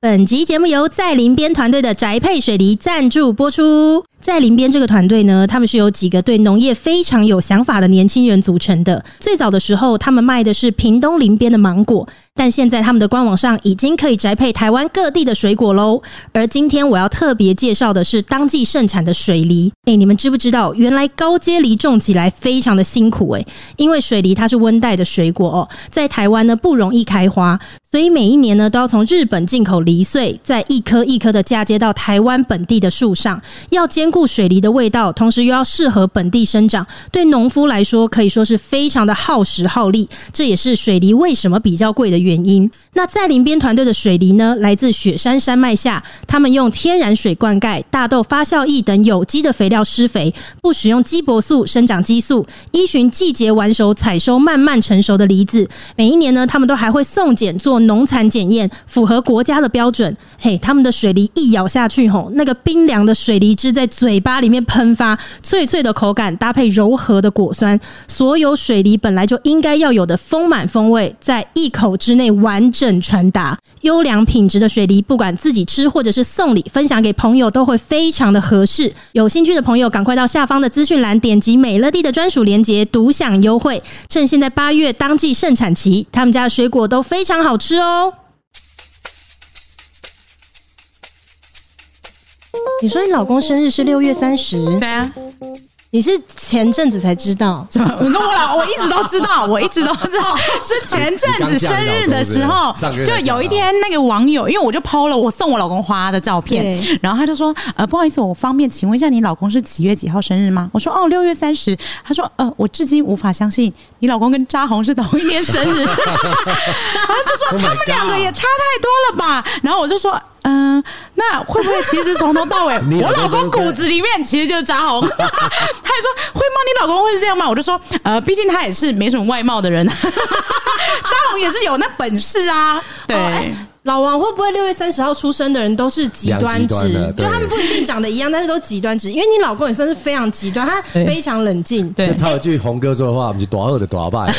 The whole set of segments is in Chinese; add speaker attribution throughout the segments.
Speaker 1: 本集节目由在林边团队的宅配水梨赞助播出。在林边这个团队呢，他们是由几个对农业非常有想法的年轻人组成的。最早的时候，他们卖的是屏东林边的芒果，但现在他们的官网上已经可以宅配台湾各地的水果喽。而今天我要特别介绍的是当季盛产的水梨。哎、你们知不知道，原来高阶梨种起来非常的辛苦哎、因为水梨它是温带的水果哦，在台湾呢不容易开花，所以每一年呢都要从日本进口梨穗，再一颗一颗的嫁接到台湾本地的树上，要兼顾水梨的味道，同时又要适合本地生长，对农夫来说可以说是非常的耗时耗力，这也是水梨为什么比较贵的原因。那在林边团队的水梨呢，来自雪山山脉下，他们用天然水灌溉、大豆发酵液等有机的肥料施肥，不使用鸡脖素、生长激素，依循季节完熟采收慢慢成熟的梨子。每一年呢，他们都还会送检做农残检验，符合国家的标准。嘿，他们的水梨一咬下去吼，那个冰凉的水梨汁在嘴巴里面喷发，脆脆的口感搭配柔和的果酸，所有水梨本来就应该要有的丰满风味，在一口之内完整传达。优良品质的水梨，不管自己吃或者是送礼分享给朋友，都会非常的合适。有兴趣的朋友，赶快到下方的资讯栏点击美乐蒂的专属链接，独享优惠。趁现在八月当季盛产期，他们家的水果都非常好吃哦。你说你老公生日是六月三十，
Speaker 2: 对啊，
Speaker 1: 你是前阵子才知道？
Speaker 2: 什么？我说我 老，我一直都知道，我一直都知
Speaker 3: 哦
Speaker 2: 道，是前阵子生日的时候
Speaker 3: 你刚嫁给你老公对不对上个，月
Speaker 2: 就
Speaker 3: 才
Speaker 2: 有一天那个网友，因为我就 PO 了我送我老公花的照片
Speaker 1: 对，
Speaker 2: 然后他就说，呃，不好意思，我方便请问一下你老公是几月几号生日吗？我说哦，六月三十。他说，呃，我至今无法相信你老公跟扎红是同一天生 日，然后他就说
Speaker 3: Oh my
Speaker 2: 他们两个
Speaker 3: God
Speaker 2: 也差太多了吧？然后我就说。嗯，那会不会其实从头到尾，
Speaker 3: 你
Speaker 2: 我老
Speaker 3: 老
Speaker 2: 公
Speaker 3: 公跟
Speaker 2: 骨子里面其实就是扎红？ 他还说会吗？你老公会是这样吗？我就说，呃，毕竟他也是没什么外貌的人， 扎红也是有那本事啊。对，
Speaker 1: 哦哎老王会不会六月三十号出生的人都是极端值？
Speaker 3: 两极端的对
Speaker 1: 就他们不一定长得一样，但是都极端值。因为你老公也算是非常极端，他
Speaker 2: 对
Speaker 1: 非常冷静。
Speaker 2: 对
Speaker 3: 就套一句红哥说的话，我们就多二的多败。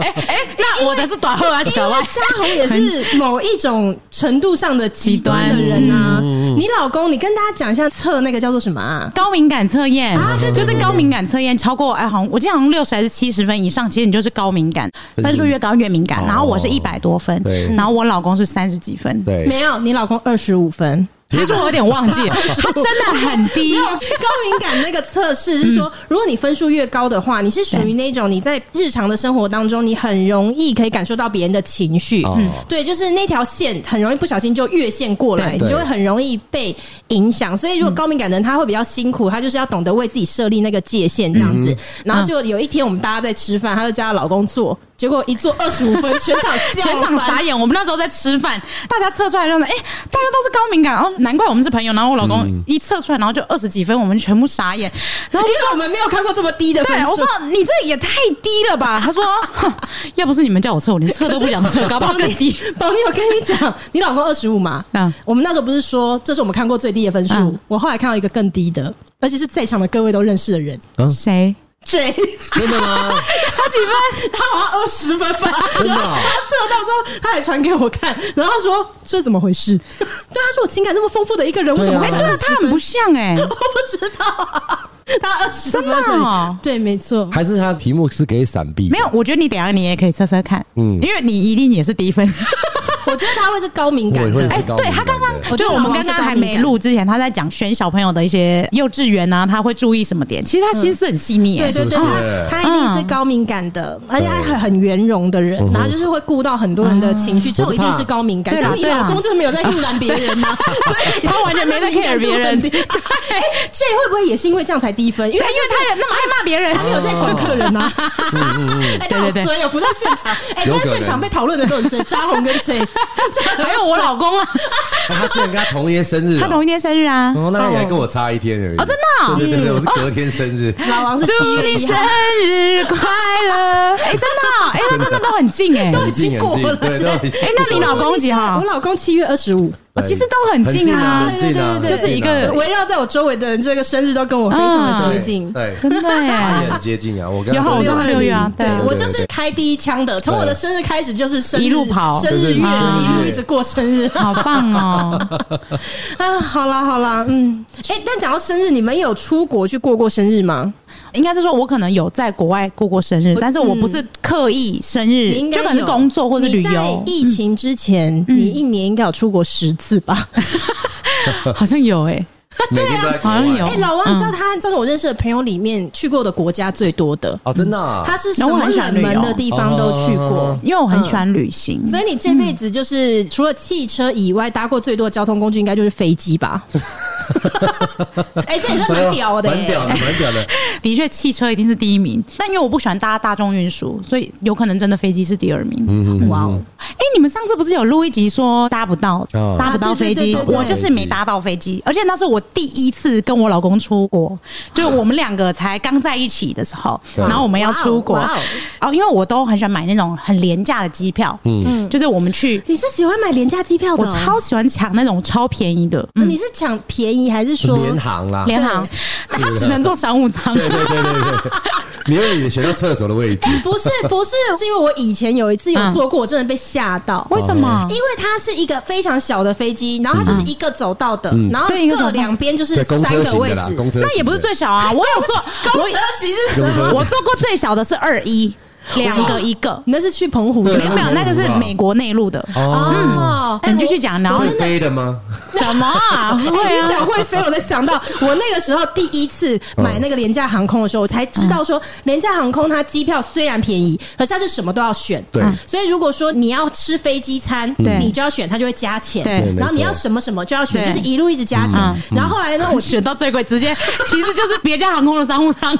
Speaker 2: 哎、那我的是短后还是
Speaker 1: 因
Speaker 2: 短
Speaker 1: 为
Speaker 2: 外？
Speaker 1: 嘉宏也是某一种程度上的极端的人
Speaker 2: 嗯
Speaker 1: 啊。你老公，你跟大家讲一下测那个叫做什么啊？
Speaker 2: 高敏感测验就是高敏感测验超过哎，好像我记得好像六十还是七十分以上，其实你就是高敏感，分数越高越敏感。
Speaker 3: 哦
Speaker 2: 然后我是一百多分
Speaker 3: 对，
Speaker 2: 然后我老公是三十几分，
Speaker 3: 对，
Speaker 1: 没有，你老公二十五分。
Speaker 2: 其实我有点忘记了，他真的很低
Speaker 1: 没有。高敏感那个测试是
Speaker 2: 嗯
Speaker 1: 说，如果你分数越高的话，你是属于那种你在日常的生活当中，你很容易可以感受到别人的情绪。
Speaker 3: 哦
Speaker 1: 嗯，对，就是那条线很容易不小心就越线过来，
Speaker 2: 啊对
Speaker 1: 你就会很容易被影响。所以，如果高敏感的人，他会比较辛苦，他就是要懂得为自己设立那个界限，这样
Speaker 2: 嗯
Speaker 1: 子。然后就有一天我们大家在吃饭，他就叫她老公做，结果一做二十五 分，全场笑
Speaker 2: 全场
Speaker 1: 翻
Speaker 2: 傻眼，我们那时候在吃饭，大家测出来让哎、大家都是高敏感哦，难怪我们是朋友。然后我老公一测出来，然后就二十几分，我们全部傻眼。然后
Speaker 1: 因为我们没有看过这么低的分
Speaker 2: 对，我
Speaker 1: 数
Speaker 2: 说。你这也太低了吧？他说，哼要不是你们叫我测，我连测都不想测，搞不好更 低。
Speaker 1: 宝妮，我跟你讲，你老公二十五嘛，
Speaker 2: 嗯
Speaker 1: 我们那时候不是说这是我们看过最低的分数，
Speaker 2: 嗯
Speaker 1: 我后来看到一个更低的，而且是在场的各位都认识的人
Speaker 2: 谁？
Speaker 1: ，J，
Speaker 3: 真的吗？
Speaker 1: 他几分？他好像二十分吧。
Speaker 3: 真的
Speaker 1: 然
Speaker 3: 哦
Speaker 1: 后他测到之后，他还传给我看，然后他说这怎么回事？ 对，他说我情感这么丰富的一个人，我怎么会
Speaker 3: 对啊
Speaker 1: 对
Speaker 2: 那哎他很不像哎、
Speaker 1: 我不知道、 啊。他二十分
Speaker 2: 真的哦
Speaker 1: 对，没错。
Speaker 3: 还是他题目是可以闪避？
Speaker 2: 没有，，我觉得你等一下你也可以测测看，嗯
Speaker 3: 嗯，
Speaker 2: 因为你一定也是低分。哎
Speaker 1: 我觉得他会是高敏
Speaker 3: 我
Speaker 1: 感
Speaker 3: 也
Speaker 1: 的
Speaker 3: 会，是高敏感的。
Speaker 2: 对他刚
Speaker 1: 我
Speaker 2: 刚，
Speaker 1: 觉
Speaker 2: 就
Speaker 1: 得
Speaker 2: 我们
Speaker 1: 老王
Speaker 2: 刚
Speaker 1: 是
Speaker 2: 刚
Speaker 1: 高
Speaker 2: 还
Speaker 1: 敏
Speaker 2: 没
Speaker 1: 感
Speaker 2: 录之前，他在讲选小朋友的一些幼稚园啊，他会注意什么点？其实他心思很细腻、欸，
Speaker 1: 哎对对对，
Speaker 3: 是不
Speaker 1: 他
Speaker 3: 是
Speaker 1: 他一定是高敏感的，而且他很很圆融的人，
Speaker 3: 嗯
Speaker 1: 然后就是会顾到很多人的情绪，这种一定是高敏感。
Speaker 2: 啊对啦
Speaker 1: 像你
Speaker 2: 对啦
Speaker 1: 老公就是没有在顾揽别人呐、所以
Speaker 2: 他完全没在 care 别人
Speaker 1: 这会不会也是因为这样才低分？因为
Speaker 2: 对，因为他也那么爱骂别人，
Speaker 1: 他没有在管客人呐、啊。 哎，他好
Speaker 2: 对对对
Speaker 1: 衰哦，不在现场。哎，
Speaker 3: 有
Speaker 1: 不
Speaker 3: 可能
Speaker 1: 在现场被讨论的都很衰，扎红跟谁？
Speaker 2: 还有我老公啊，
Speaker 3: 啊他居然跟他同一天生日哦，
Speaker 2: 他同一天生日啊，
Speaker 3: 哦，那也还跟我差一天而已。
Speaker 2: 哦真的哦
Speaker 3: 对对对对，我是隔天生日。
Speaker 1: 老 王是七
Speaker 2: 祝
Speaker 1: 月
Speaker 2: 你
Speaker 1: 一
Speaker 2: 生
Speaker 1: 号。
Speaker 2: 日快乐！哎，真的哦，哎，他真的都很近哎。
Speaker 3: 很近
Speaker 1: 过
Speaker 3: 很近
Speaker 1: 了，
Speaker 3: 对，都已经
Speaker 2: 哎，那你老公几号
Speaker 1: 我？老公七月二十五，
Speaker 2: 哦其实都很近啊
Speaker 3: 很近
Speaker 1: 对对对
Speaker 3: 啊，
Speaker 1: 对
Speaker 3: 很近
Speaker 2: 就
Speaker 3: 啊
Speaker 2: 是一个
Speaker 1: 围绕在我周围的人，这个生日都跟我非常的接
Speaker 3: 对
Speaker 1: 近。
Speaker 3: 对，
Speaker 2: 真的
Speaker 3: 他也
Speaker 2: 耶，
Speaker 3: 很接近啊，我跟
Speaker 2: 有好
Speaker 3: 他
Speaker 2: 我知
Speaker 3: 真
Speaker 2: 道
Speaker 3: 的很
Speaker 2: 六月啊
Speaker 3: 接
Speaker 2: 对
Speaker 3: 近
Speaker 2: 啊
Speaker 1: 我就是开第一枪的，从我的生日开始就是生日
Speaker 2: 一路跑
Speaker 1: 生日月，
Speaker 2: 生日
Speaker 1: 一
Speaker 2: 月
Speaker 1: 路一直过生日
Speaker 2: 好棒哦！
Speaker 1: 啊！好啦好啦，嗯，哎、但讲到生日，你们有出国去过过生日吗？
Speaker 2: 应该是说，我可能有在国外过过生日，但是我不是刻意生
Speaker 1: 你
Speaker 2: 日
Speaker 1: 应，该
Speaker 2: 嗯就可能是
Speaker 1: 有
Speaker 2: 工作或者旅
Speaker 1: 你在
Speaker 2: 游。嗯
Speaker 1: 疫情之前，你一年应该有出国十次吧？
Speaker 2: 好像有哎，
Speaker 3: 每天都在国
Speaker 2: 好像
Speaker 3: 外
Speaker 2: 有
Speaker 1: 哎、老王，你知道他，就是我认识的朋友里面去过的国家最多的，
Speaker 3: 哦，真的啊，
Speaker 1: 他是什
Speaker 2: 那我
Speaker 1: 么
Speaker 2: 很喜欢
Speaker 1: 冷门
Speaker 2: 旅游
Speaker 1: 的地方都去过
Speaker 3: 哦。
Speaker 2: 因为我很喜欢旅行，
Speaker 1: 所以你这辈子就是除了汽车以外，搭过最多的交通工具应该就是飞机吧？哎、这也是蛮屌的、耶
Speaker 3: 啊蛮屌的，蛮屌的。
Speaker 2: 的确，汽车一定是第一名，但因为我不喜欢搭大众运输，所以有可能真的飞机是第二名。
Speaker 3: 嗯
Speaker 2: 哇哦！哎、你们上次不是有录一集说搭不到、
Speaker 3: 哦
Speaker 2: 搭不到飞
Speaker 1: 啊
Speaker 2: 机？
Speaker 1: 对对对对对
Speaker 2: 我就是没搭到飞
Speaker 3: 嗯
Speaker 2: 机，而且那是我第一次跟我老公出国，就是我们两个才刚在一起的时候，
Speaker 3: 啊对
Speaker 2: 然后我们要出国
Speaker 1: 哇哦哇
Speaker 2: 哦，因为我都很喜欢买那种很廉价的机票，嗯，就是我们去，
Speaker 1: 你是喜欢买廉价机票的
Speaker 2: 我
Speaker 1: 哦、嗯
Speaker 2: 超喜欢抢那种超便宜的，嗯
Speaker 1: 你是抢便宜还是说？
Speaker 3: 联航啦，
Speaker 2: 联航，那它只能坐商务舱。
Speaker 3: 啊对对对对对， 你又也选到厕所的位置，
Speaker 1: 不是不是，是因为我以前有一次有坐过，我真的被吓到。
Speaker 2: 为什么
Speaker 1: 嗯因？为它是一个非常小的飞机，然后它就是一个走道的，然后
Speaker 2: 对一个走
Speaker 1: 各
Speaker 2: 道
Speaker 1: 两边就是
Speaker 3: 嗯对公
Speaker 1: 三
Speaker 3: 车
Speaker 1: 个
Speaker 3: 型
Speaker 1: 位
Speaker 3: 的啦，公
Speaker 1: 置。
Speaker 3: 车
Speaker 2: 那也不是最小啊，我有坐，我
Speaker 1: 车型是
Speaker 3: 公车
Speaker 2: 我做过最小的是二一，两个一个，
Speaker 1: 你那是去澎湖的
Speaker 2: 没有
Speaker 3: 对
Speaker 2: 没有，那个是美国内陆的。
Speaker 3: 哦，
Speaker 1: 哦
Speaker 2: 嗯哎你继续讲，然后
Speaker 3: 会飞的吗？
Speaker 2: 怎么 啊？
Speaker 1: 哎，
Speaker 2: 会
Speaker 1: 你讲
Speaker 2: 啊，
Speaker 1: 会飞，我才想到，我那个时候第一次
Speaker 3: 嗯
Speaker 1: 买那个廉价航空的时候，我才知
Speaker 2: 嗯
Speaker 1: 道说，廉价航空它机票虽然便宜，可是它是什么都要选。
Speaker 3: 对
Speaker 2: 嗯
Speaker 1: 所以如果说你要吃飞机餐，
Speaker 2: 对
Speaker 1: 你就要选，它就会加钱。
Speaker 2: 嗯对
Speaker 3: 对没
Speaker 1: 然后你
Speaker 3: 错
Speaker 1: 要什么什么就要选，
Speaker 2: 对
Speaker 1: 就是一路一直加钱
Speaker 2: 嗯。
Speaker 1: 然后后来呢，我
Speaker 2: 我选到最贵，直接其实就是别家航空的商务舱。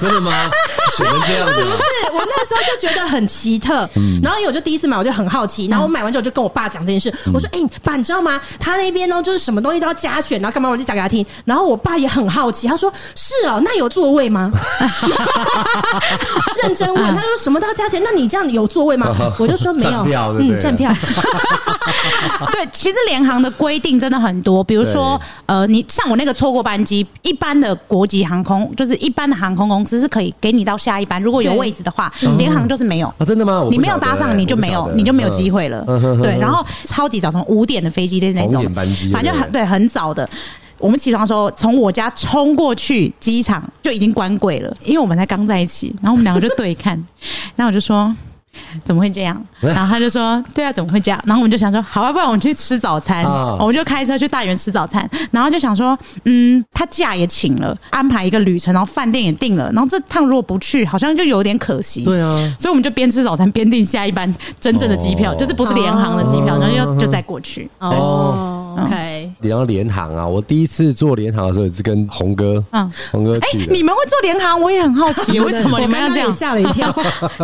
Speaker 3: 真 的吗？选成这样子啊，
Speaker 1: 是我那时候就觉得很奇特，然后因为我就第一次买，我就很好奇，然后我买完之后我就跟我爸讲这件事，我说：“哎、爸，你知道吗？他那边呢就是什么东西都要加选，然后干嘛？”我就讲给他听，然后我爸也很好奇，他说：“是哦，那有座位吗？” 认真问，他说：“什么都要加钱，那你这样有座位吗？”我就说：“没 有
Speaker 3: 站，票对不
Speaker 1: 嗯，
Speaker 3: 对
Speaker 1: 站 票。
Speaker 2: 对，其实联航的规定真的很多，比如说，呃，你像我那个错过班机，一般的国际航空就是一般的航空公司是可以给你到下一班，如果有
Speaker 1: 对
Speaker 2: 位置的话，联航就是没有。
Speaker 3: 啊真的吗？我不
Speaker 2: 你没有
Speaker 3: 晓得
Speaker 2: 搭
Speaker 3: 欸
Speaker 2: 上，你就
Speaker 3: 我不
Speaker 2: 没
Speaker 3: 晓
Speaker 2: 有，
Speaker 3: 得
Speaker 2: 你就没有
Speaker 3: 嗯
Speaker 2: 机会了
Speaker 3: 嗯哼。哼
Speaker 2: 对，
Speaker 3: 哼
Speaker 2: 然后超级早，从五点的飞机的那
Speaker 3: 五
Speaker 2: 种
Speaker 3: 点班机，
Speaker 2: 反正
Speaker 3: 对
Speaker 2: 很对，很早的。我们起床的时候，从我家冲过去机场就已经关柜了，因为我们才刚在一起。然后我们两个就对看， 然后我就说。怎么会这样？ 然后他就说：“对啊，怎么会这样？”然后我们就想说：“好啊，不然我们去吃早餐。
Speaker 3: 啊
Speaker 2: 我们就开车去大园吃早餐。然后就想说：“嗯，他假也请了，安排一个旅程，然后饭店也定了。然后这趟如果不去，好像就有点可惜。”
Speaker 3: 对啊，
Speaker 2: 所以我们就边吃早餐边订下一班真正的机票，
Speaker 3: 哦
Speaker 2: 就是不是联航的机票，
Speaker 3: 哦
Speaker 2: 然后就就再过去。
Speaker 1: 哦，OK，
Speaker 3: 然后联航啊，我第一次做联航的时候也是跟红哥，
Speaker 2: 嗯
Speaker 3: 红哥
Speaker 2: 哎、
Speaker 3: 去的。
Speaker 2: 你们会做联航，我也很好奇，为什么你们要这
Speaker 1: 我刚刚
Speaker 2: 样
Speaker 1: 也？吓了一跳。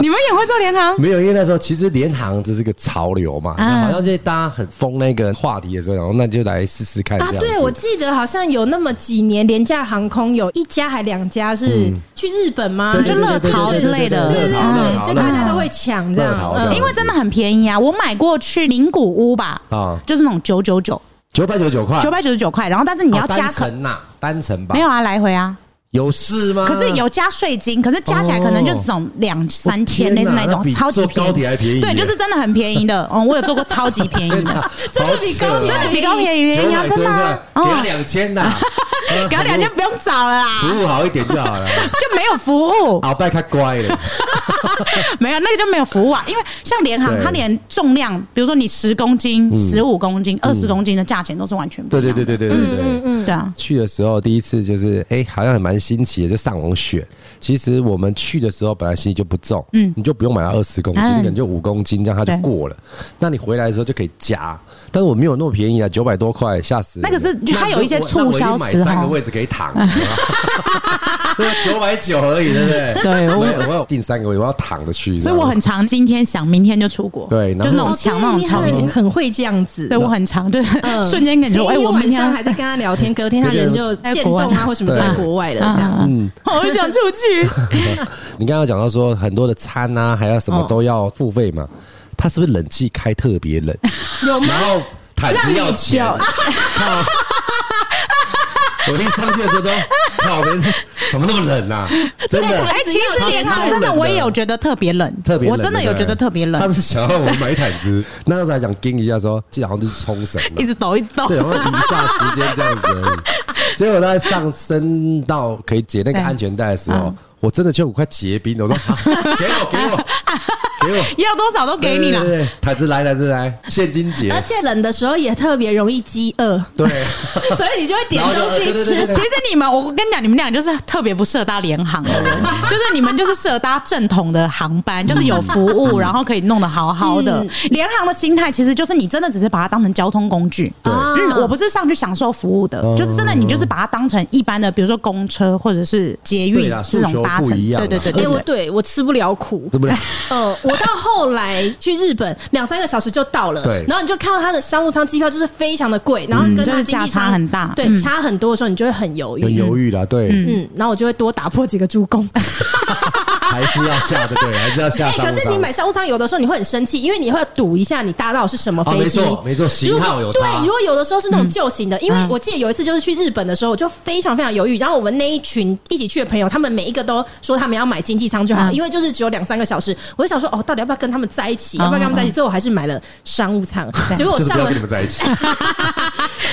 Speaker 2: 你们也会做联航？
Speaker 3: 没有，因为那时候其实联航只是个潮流嘛，
Speaker 2: 嗯
Speaker 3: 好像就是大家很疯那个话题的时候，然后那就来试试看这
Speaker 1: 啊
Speaker 3: 样，子。
Speaker 1: 对，我记得好像有那么几年廉价航空有一家还两家是去日本吗？
Speaker 3: 对
Speaker 1: 就
Speaker 3: 对对
Speaker 1: 乐
Speaker 3: 对对
Speaker 1: 淘
Speaker 3: 对
Speaker 1: 之
Speaker 3: 对
Speaker 1: 类的，
Speaker 3: 对
Speaker 1: 对
Speaker 3: 对
Speaker 1: 对
Speaker 3: 乐淘
Speaker 1: 对，
Speaker 3: 乐
Speaker 1: 就
Speaker 3: 淘
Speaker 1: 大家都会抢这样
Speaker 3: 乐淘。
Speaker 1: 嗯
Speaker 3: 乐
Speaker 2: 因为真的很便宜啊！我买过去名古屋吧，
Speaker 3: 啊，
Speaker 2: 就是那种九九九
Speaker 3: 九百九十九块，
Speaker 2: 九百九十九块，然后但是你要
Speaker 3: 哦
Speaker 2: 加
Speaker 3: 单
Speaker 2: 可、
Speaker 3: 程呐，单程吧，
Speaker 2: 没有啊，来回啊，
Speaker 3: 有事吗？
Speaker 2: 可是 有加税金，可是加起来可能就是这种两三千类似那
Speaker 3: 那
Speaker 2: 种
Speaker 3: 比
Speaker 2: 超级
Speaker 3: 坐
Speaker 2: 便
Speaker 3: 高铁还便宜
Speaker 2: 对，就是真的很便宜的。嗯，我有做过超级便宜
Speaker 3: 啊
Speaker 2: 的，
Speaker 1: 真的比高铁
Speaker 2: 真的比高铁
Speaker 3: 九
Speaker 2: 便宜啊，
Speaker 3: 百
Speaker 2: 真的
Speaker 3: 多块
Speaker 2: 啊，
Speaker 3: 给他
Speaker 2: 哦
Speaker 3: 两 千呐，啊
Speaker 2: 给他两千不用找了啦，
Speaker 3: 服务 好一点就好 了。
Speaker 2: 就没有服务，
Speaker 3: 鳌拜太乖了，
Speaker 2: 没有那个就没有服务啊。因为像联航，
Speaker 3: 对
Speaker 2: 它连重量，比如说你十公斤、十五公斤、二十公斤的价钱都是完全不
Speaker 3: 对
Speaker 2: 一
Speaker 3: 嗯对
Speaker 2: 样的。
Speaker 3: 对对对对对对。
Speaker 2: 对，对啊，
Speaker 3: 去的时候，第一次就是哎、好像也蛮新奇的，就上网选。其实我们去的时候，本来行李就不重，嗯，你就不用买到二十公斤，
Speaker 2: 嗯
Speaker 3: 你可能就五公斤，这样它就
Speaker 2: 对
Speaker 3: 过了。那你回来的时候就可以加，但是我没有那么便宜啊，九百多块，吓死人了！
Speaker 2: 那个是就它有一些
Speaker 3: 那我那我
Speaker 2: 促销
Speaker 3: 一定买
Speaker 2: 时候
Speaker 3: 三个位置可以 躺，对啊，九百九而已，对不对？
Speaker 2: 对我
Speaker 3: 我有我有订三个位，我要躺着去，
Speaker 2: 所以我很常今天想，明天就出国，
Speaker 3: 嗯对然后
Speaker 2: 就是那
Speaker 1: 哦
Speaker 2: 种抢那
Speaker 1: 对
Speaker 2: 种
Speaker 1: 你
Speaker 2: 超
Speaker 1: 很
Speaker 2: 便宜。
Speaker 1: 很会这样子
Speaker 2: 对。我很常，就是
Speaker 1: 嗯
Speaker 2: 瞬间感觉，哎，
Speaker 1: 前一
Speaker 2: 我明
Speaker 1: 晚
Speaker 2: 天
Speaker 1: 上还在跟他聊天，隔天他人就
Speaker 2: 在
Speaker 1: 现
Speaker 2: 国外
Speaker 1: 动啊或什么就
Speaker 3: 对
Speaker 1: 在国外了，这样。
Speaker 2: 嗯，好想出去。
Speaker 3: 你刚刚讲到说很多的餐
Speaker 2: 嗯
Speaker 3: 啊，还有什么都要付费嘛？它是不是冷气开特别冷？有然后毯子要 钱，
Speaker 2: 让你
Speaker 3: 靠我一上去的时候都靠边，怎么那么冷啊？真的
Speaker 2: 哎，其实也
Speaker 3: 他是
Speaker 2: 真的，我也
Speaker 3: 冷的
Speaker 2: 有觉得特别冷，
Speaker 3: 特别冷，
Speaker 2: 我真的有
Speaker 3: 对不
Speaker 2: 觉
Speaker 3: 对
Speaker 2: 得特别
Speaker 3: 他
Speaker 2: 冷，
Speaker 3: 是想让我 买毯子，那时候还想盯一下说，记得好像就是冲绳了
Speaker 2: 一直抖，一直抖
Speaker 3: 对，。然后一下时间这样子而已。结果在上升到可以解那个安全带的时候，我真的就快结冰了。我说、啊给我，给我，给我，
Speaker 2: 要多少都给你了
Speaker 3: 对，对，对对毯子来，毯子来，现金结
Speaker 1: 而。且冷的时候也特别容易饥饿，
Speaker 3: 对，
Speaker 1: 所以你就会点
Speaker 3: 然后就
Speaker 1: 东西
Speaker 3: 对对对
Speaker 1: 吃
Speaker 3: 对。对
Speaker 2: 其实你们，我跟你讲，你们俩就是特别不适合搭联航的 人，就是你们就是适合搭正统的航班，就是有服
Speaker 3: 嗯
Speaker 2: 务，然后可以弄得好好的。联航的心态其实就是你真的只是把它当成交通工具。
Speaker 3: 对
Speaker 1: 啊
Speaker 2: 嗯，我不是上去享受服务的，
Speaker 3: 哦
Speaker 2: 就是真的，你就是把它当成一般的，比如说公车或者是捷运
Speaker 3: 对啦诉
Speaker 2: 这种
Speaker 3: 求
Speaker 2: 搭乘。
Speaker 3: 不一样啊
Speaker 2: 对
Speaker 3: 啦
Speaker 2: 对
Speaker 1: 哎、
Speaker 2: 对对
Speaker 1: 我
Speaker 2: 对。
Speaker 1: 对我吃不了苦，
Speaker 3: 对不对？
Speaker 1: 嗯，我到后来去日本两三个小时就到了，
Speaker 3: 对
Speaker 1: 然后你就看到它的商务舱机票就是非常的贵，然后跟
Speaker 2: 就
Speaker 1: 它
Speaker 2: 是
Speaker 1: 经
Speaker 2: 价
Speaker 1: 济舱、
Speaker 2: 差很大
Speaker 1: 对，
Speaker 2: 嗯
Speaker 1: 差很多的时候，你就会很犹
Speaker 3: 很
Speaker 1: 豫。
Speaker 3: 犹豫啦，对，
Speaker 1: 嗯，然后我就会多打破几个助攻。
Speaker 3: 还是要下的，对，还是要
Speaker 1: 哎、
Speaker 3: 下商务
Speaker 1: 可
Speaker 3: 舱。
Speaker 1: 是你买商务舱有的时候你会很生气，因为你会赌一下你搭到是什么
Speaker 3: 哦，
Speaker 1: 飞
Speaker 3: 没
Speaker 1: 机。
Speaker 3: 错，没错，型号有
Speaker 1: 如果
Speaker 3: 差
Speaker 1: 对，如。果有的时候是那
Speaker 2: 嗯
Speaker 1: 种旧型的，因为我记得有一次就是去日本的时候，我就非常非常犹豫。然后我们那一群一起去的朋友，他们每一个都说他们要买经济舱就好，
Speaker 2: 嗯
Speaker 1: 因为就是只有两三个小时。我就想说，哦，到底要不要跟他们在一起？要不要跟他们在一
Speaker 2: 哦
Speaker 1: 起？最后我还是买了商务舱。结果我
Speaker 3: 就是
Speaker 1: 上
Speaker 3: 不要
Speaker 1: 了
Speaker 3: 跟你们在一起，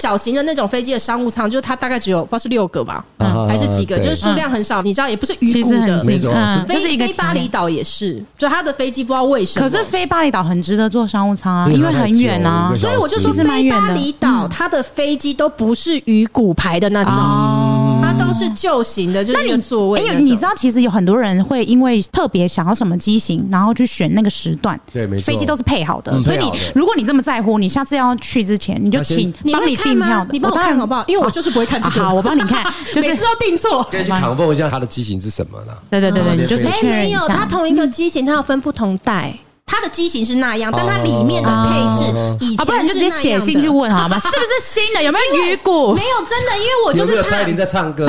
Speaker 1: 小型的那种飞机的商务舱，就是它大概只有不知道是六个吧，
Speaker 3: 嗯
Speaker 1: 还是几个，
Speaker 3: 对
Speaker 1: 就是数量很少。你知道，也不是鱼
Speaker 2: 呃其
Speaker 1: 骨
Speaker 2: 实很
Speaker 1: 的。
Speaker 3: 没
Speaker 2: 近，
Speaker 3: 错
Speaker 2: 嗯，
Speaker 1: 飞
Speaker 2: 就是一个
Speaker 1: 飞巴厘
Speaker 2: 体验。
Speaker 1: 岛也是，就它的飞机不知道为什么，
Speaker 2: 可是飞巴厘岛很值得坐商务舱啊，
Speaker 3: 因
Speaker 2: 因
Speaker 3: 为
Speaker 2: 为
Speaker 3: 它
Speaker 2: 很
Speaker 3: 久
Speaker 2: 远啊
Speaker 3: 一个。
Speaker 1: 所以我就说，
Speaker 2: 其
Speaker 1: 飞
Speaker 2: 实蛮远
Speaker 1: 巴
Speaker 2: 的
Speaker 1: 厘岛它的飞机都不是鱼骨牌的那种，
Speaker 3: 哦
Speaker 1: 它都是旧型的，就是一个座位
Speaker 2: 因
Speaker 1: 那
Speaker 2: 为
Speaker 1: 种。
Speaker 2: 哎你知道，其实有很多人会因为特别想要什么机型，然后去选那个时段。
Speaker 3: 对没错
Speaker 2: 飞机都是配好的，
Speaker 3: 嗯
Speaker 2: 所以
Speaker 3: 配
Speaker 2: 你
Speaker 3: 好的
Speaker 2: 如果你这么在乎，你下次要去之前，你就请
Speaker 1: 你
Speaker 2: 帮
Speaker 1: 会
Speaker 2: 你
Speaker 1: 看
Speaker 2: 订票
Speaker 1: 吗
Speaker 2: 的。？
Speaker 1: 你帮我
Speaker 2: 当然
Speaker 1: 看好不好？因为我就是不会看这
Speaker 2: 啊
Speaker 1: 个。
Speaker 2: 好，我帮你看，就是
Speaker 1: 每次都订错。
Speaker 3: 可以去 confirm 一下它的机型是什么啦。
Speaker 2: 对对对对，
Speaker 3: 嗯
Speaker 2: 你就是
Speaker 1: 哎，
Speaker 2: 确认
Speaker 1: 没
Speaker 2: 一
Speaker 1: 有，它
Speaker 2: 下。
Speaker 1: 同一个机型，它要分不同代。它的机型是那样，但它里面的配置
Speaker 3: 哦
Speaker 1: 以前是那样的、
Speaker 2: 啊，不然你就直接写信去问好吗？是不是新的？有没有鱼骨
Speaker 1: 没？有真的，因为我就
Speaker 3: 有没
Speaker 1: 是
Speaker 3: 有
Speaker 1: 怕
Speaker 3: 蔡依林在唱歌？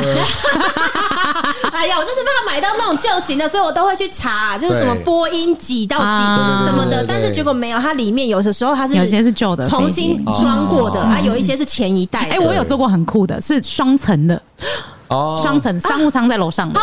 Speaker 1: 哎呀，我就是怕买到那种旧型的，所以我都会去查，就是什么
Speaker 3: 对
Speaker 1: 波音几到
Speaker 2: 啊
Speaker 1: 几什么
Speaker 3: 对对
Speaker 1: 的。
Speaker 3: 对对
Speaker 1: 但是结果没有，它里面有的时候它是
Speaker 2: 有些是旧的
Speaker 1: 重
Speaker 2: 飞机
Speaker 1: 新装过的，
Speaker 3: 哦
Speaker 1: 啊，有一些是前一代的。
Speaker 2: 哎，我有做过很酷的，是双层的，
Speaker 3: 哦
Speaker 2: 双层商务舱在楼上的，
Speaker 1: 啊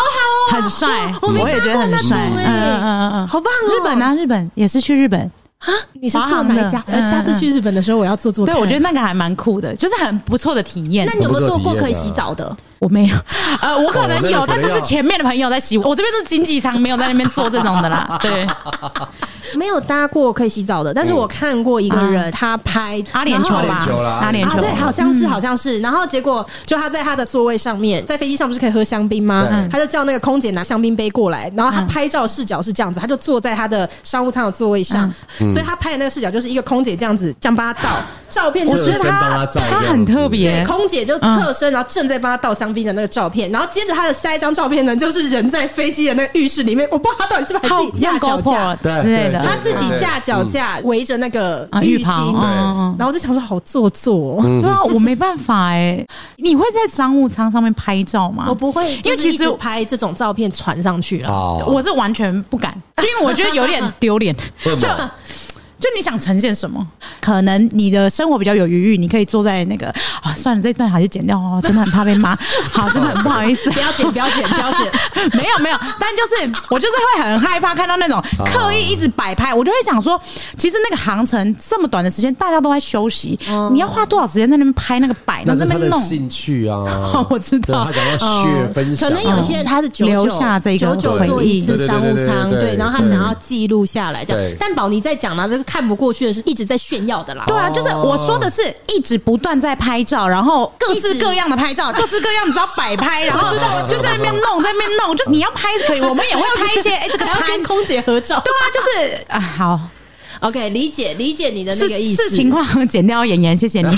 Speaker 1: 好好哦
Speaker 2: 很帅，
Speaker 1: 我没
Speaker 2: 也觉得很帅。
Speaker 1: 搭过那
Speaker 2: 嗯
Speaker 1: 种哎
Speaker 2: 嗯嗯嗯，
Speaker 1: 好棒哦
Speaker 2: 日本啊，日本也是去日本，
Speaker 1: 啊，你是
Speaker 2: 华
Speaker 1: 做
Speaker 2: 航
Speaker 1: 哪
Speaker 2: 的
Speaker 1: 一家？
Speaker 2: 嗯
Speaker 1: 呃，下次去日本的时候我要做做看。
Speaker 2: 对，我觉得那个还蛮酷的，就是很不错的体验
Speaker 1: 那。你有没有做
Speaker 3: 我不
Speaker 1: 过
Speaker 3: 做体验
Speaker 1: 可以
Speaker 3: 啊
Speaker 1: 洗澡的？
Speaker 2: 我没有，呃，我可能有，
Speaker 3: 哦那个可
Speaker 2: 但
Speaker 3: 能
Speaker 2: 是
Speaker 3: 要
Speaker 2: 是前面的朋友在洗，我这边都是经济舱，没有在那边做这种的啦。对，
Speaker 1: 没有搭过可以洗澡的，但是我看过一个人他拍
Speaker 2: 阿联
Speaker 1: 然
Speaker 2: 酋
Speaker 1: 后
Speaker 3: 阿联酋啦
Speaker 2: 吧，阿联
Speaker 1: 啊，
Speaker 2: 酋
Speaker 1: 对，，好像是，好像是。然后结果就他在他的座位上面，在飞机上不是可以喝香槟吗
Speaker 3: 对？
Speaker 1: 他就叫那个空姐拿香槟杯过来，然后他拍照视角是这样子，他就坐在他的商务舱的座位上，
Speaker 3: 嗯
Speaker 1: 所以他拍的那个视角就是一个空姐这样子这样帮他倒照片，
Speaker 3: 我
Speaker 1: 就
Speaker 3: 有
Speaker 1: 是
Speaker 3: 先帮他照一下
Speaker 2: 他很特别
Speaker 1: 对，空姐就侧身，然后正在帮他倒香槟的那个照片，然后接着他的下一张照片呢，就是人在飞机的那个浴室里面，我不知道他到底是不是还
Speaker 2: 好
Speaker 1: 自己架
Speaker 2: 像
Speaker 1: 脚
Speaker 2: GoPro
Speaker 1: 架，
Speaker 3: 对
Speaker 2: 之类的
Speaker 1: 他
Speaker 3: 对
Speaker 1: 自己
Speaker 3: 对
Speaker 1: 架脚架围着那个
Speaker 2: 啊，
Speaker 1: 浴
Speaker 2: 浴袍，
Speaker 1: 巾
Speaker 2: 嗯，嗯嗯
Speaker 1: 然后我就想说好做作、
Speaker 3: 嗯
Speaker 1: 哦。
Speaker 2: 对啊，我没办法哎，你会在商务舱上面拍照吗？
Speaker 1: 我不会，
Speaker 2: 因
Speaker 1: 就
Speaker 2: 为
Speaker 1: 是
Speaker 2: 其实
Speaker 1: 一直拍这种照片传上去了。
Speaker 3: 哦
Speaker 2: 我是完全不敢，因为我觉得有点丢脸。
Speaker 3: 为什
Speaker 2: 就
Speaker 3: 么
Speaker 2: 就你想呈现什么？可能你的生活比较有余裕，你可以坐在那个啊，算了，这段还是剪 掉哦，真的很怕被骂。好，真的很不好意思，
Speaker 1: 不要剪，不要剪，不要剪。
Speaker 2: 没有没有，但就是我就是会很害怕看到那种
Speaker 1: 哦
Speaker 2: 刻意一直摆拍，我就会想说，其实那个航程这么短的时间，大家都在休息，
Speaker 1: 哦
Speaker 2: 你要花多少时间在那边拍那个摆，
Speaker 3: 那
Speaker 2: 然后
Speaker 3: 是
Speaker 2: 在
Speaker 3: 他
Speaker 2: 边
Speaker 3: 的
Speaker 2: 弄？，
Speaker 3: 兴趣啊
Speaker 2: 我知道嗯
Speaker 3: 对他讲到血分享
Speaker 1: 哦可
Speaker 3: 啊，
Speaker 1: 能有些人他是九
Speaker 2: 留
Speaker 1: 九
Speaker 2: 下这
Speaker 1: 九
Speaker 2: 个
Speaker 1: 九
Speaker 3: 回忆
Speaker 1: 做一次
Speaker 3: 对对对
Speaker 1: 商务
Speaker 3: 对对
Speaker 1: 舱，
Speaker 3: 对对
Speaker 1: 对，然后他
Speaker 3: 对
Speaker 1: 想要记录下来这样
Speaker 3: 对。
Speaker 1: 但宝妮在讲呢，这个看不过去的是一直在炫耀的啦。哦
Speaker 2: 对啊，就是我说的是一直不断在拍照，然后各式各样的 拍照，各式各样你知道摆拍，然后就在那边弄，在那边弄，就是你要拍可以，我们也会拍一些，哎，这个
Speaker 1: 还要
Speaker 2: 餐
Speaker 1: 跟空姐合照。
Speaker 2: 对啊，就是啊，好
Speaker 1: OK，理解理解你的那
Speaker 2: 是
Speaker 1: 个意思。
Speaker 2: 是情况，剪掉演员，谢 谢你，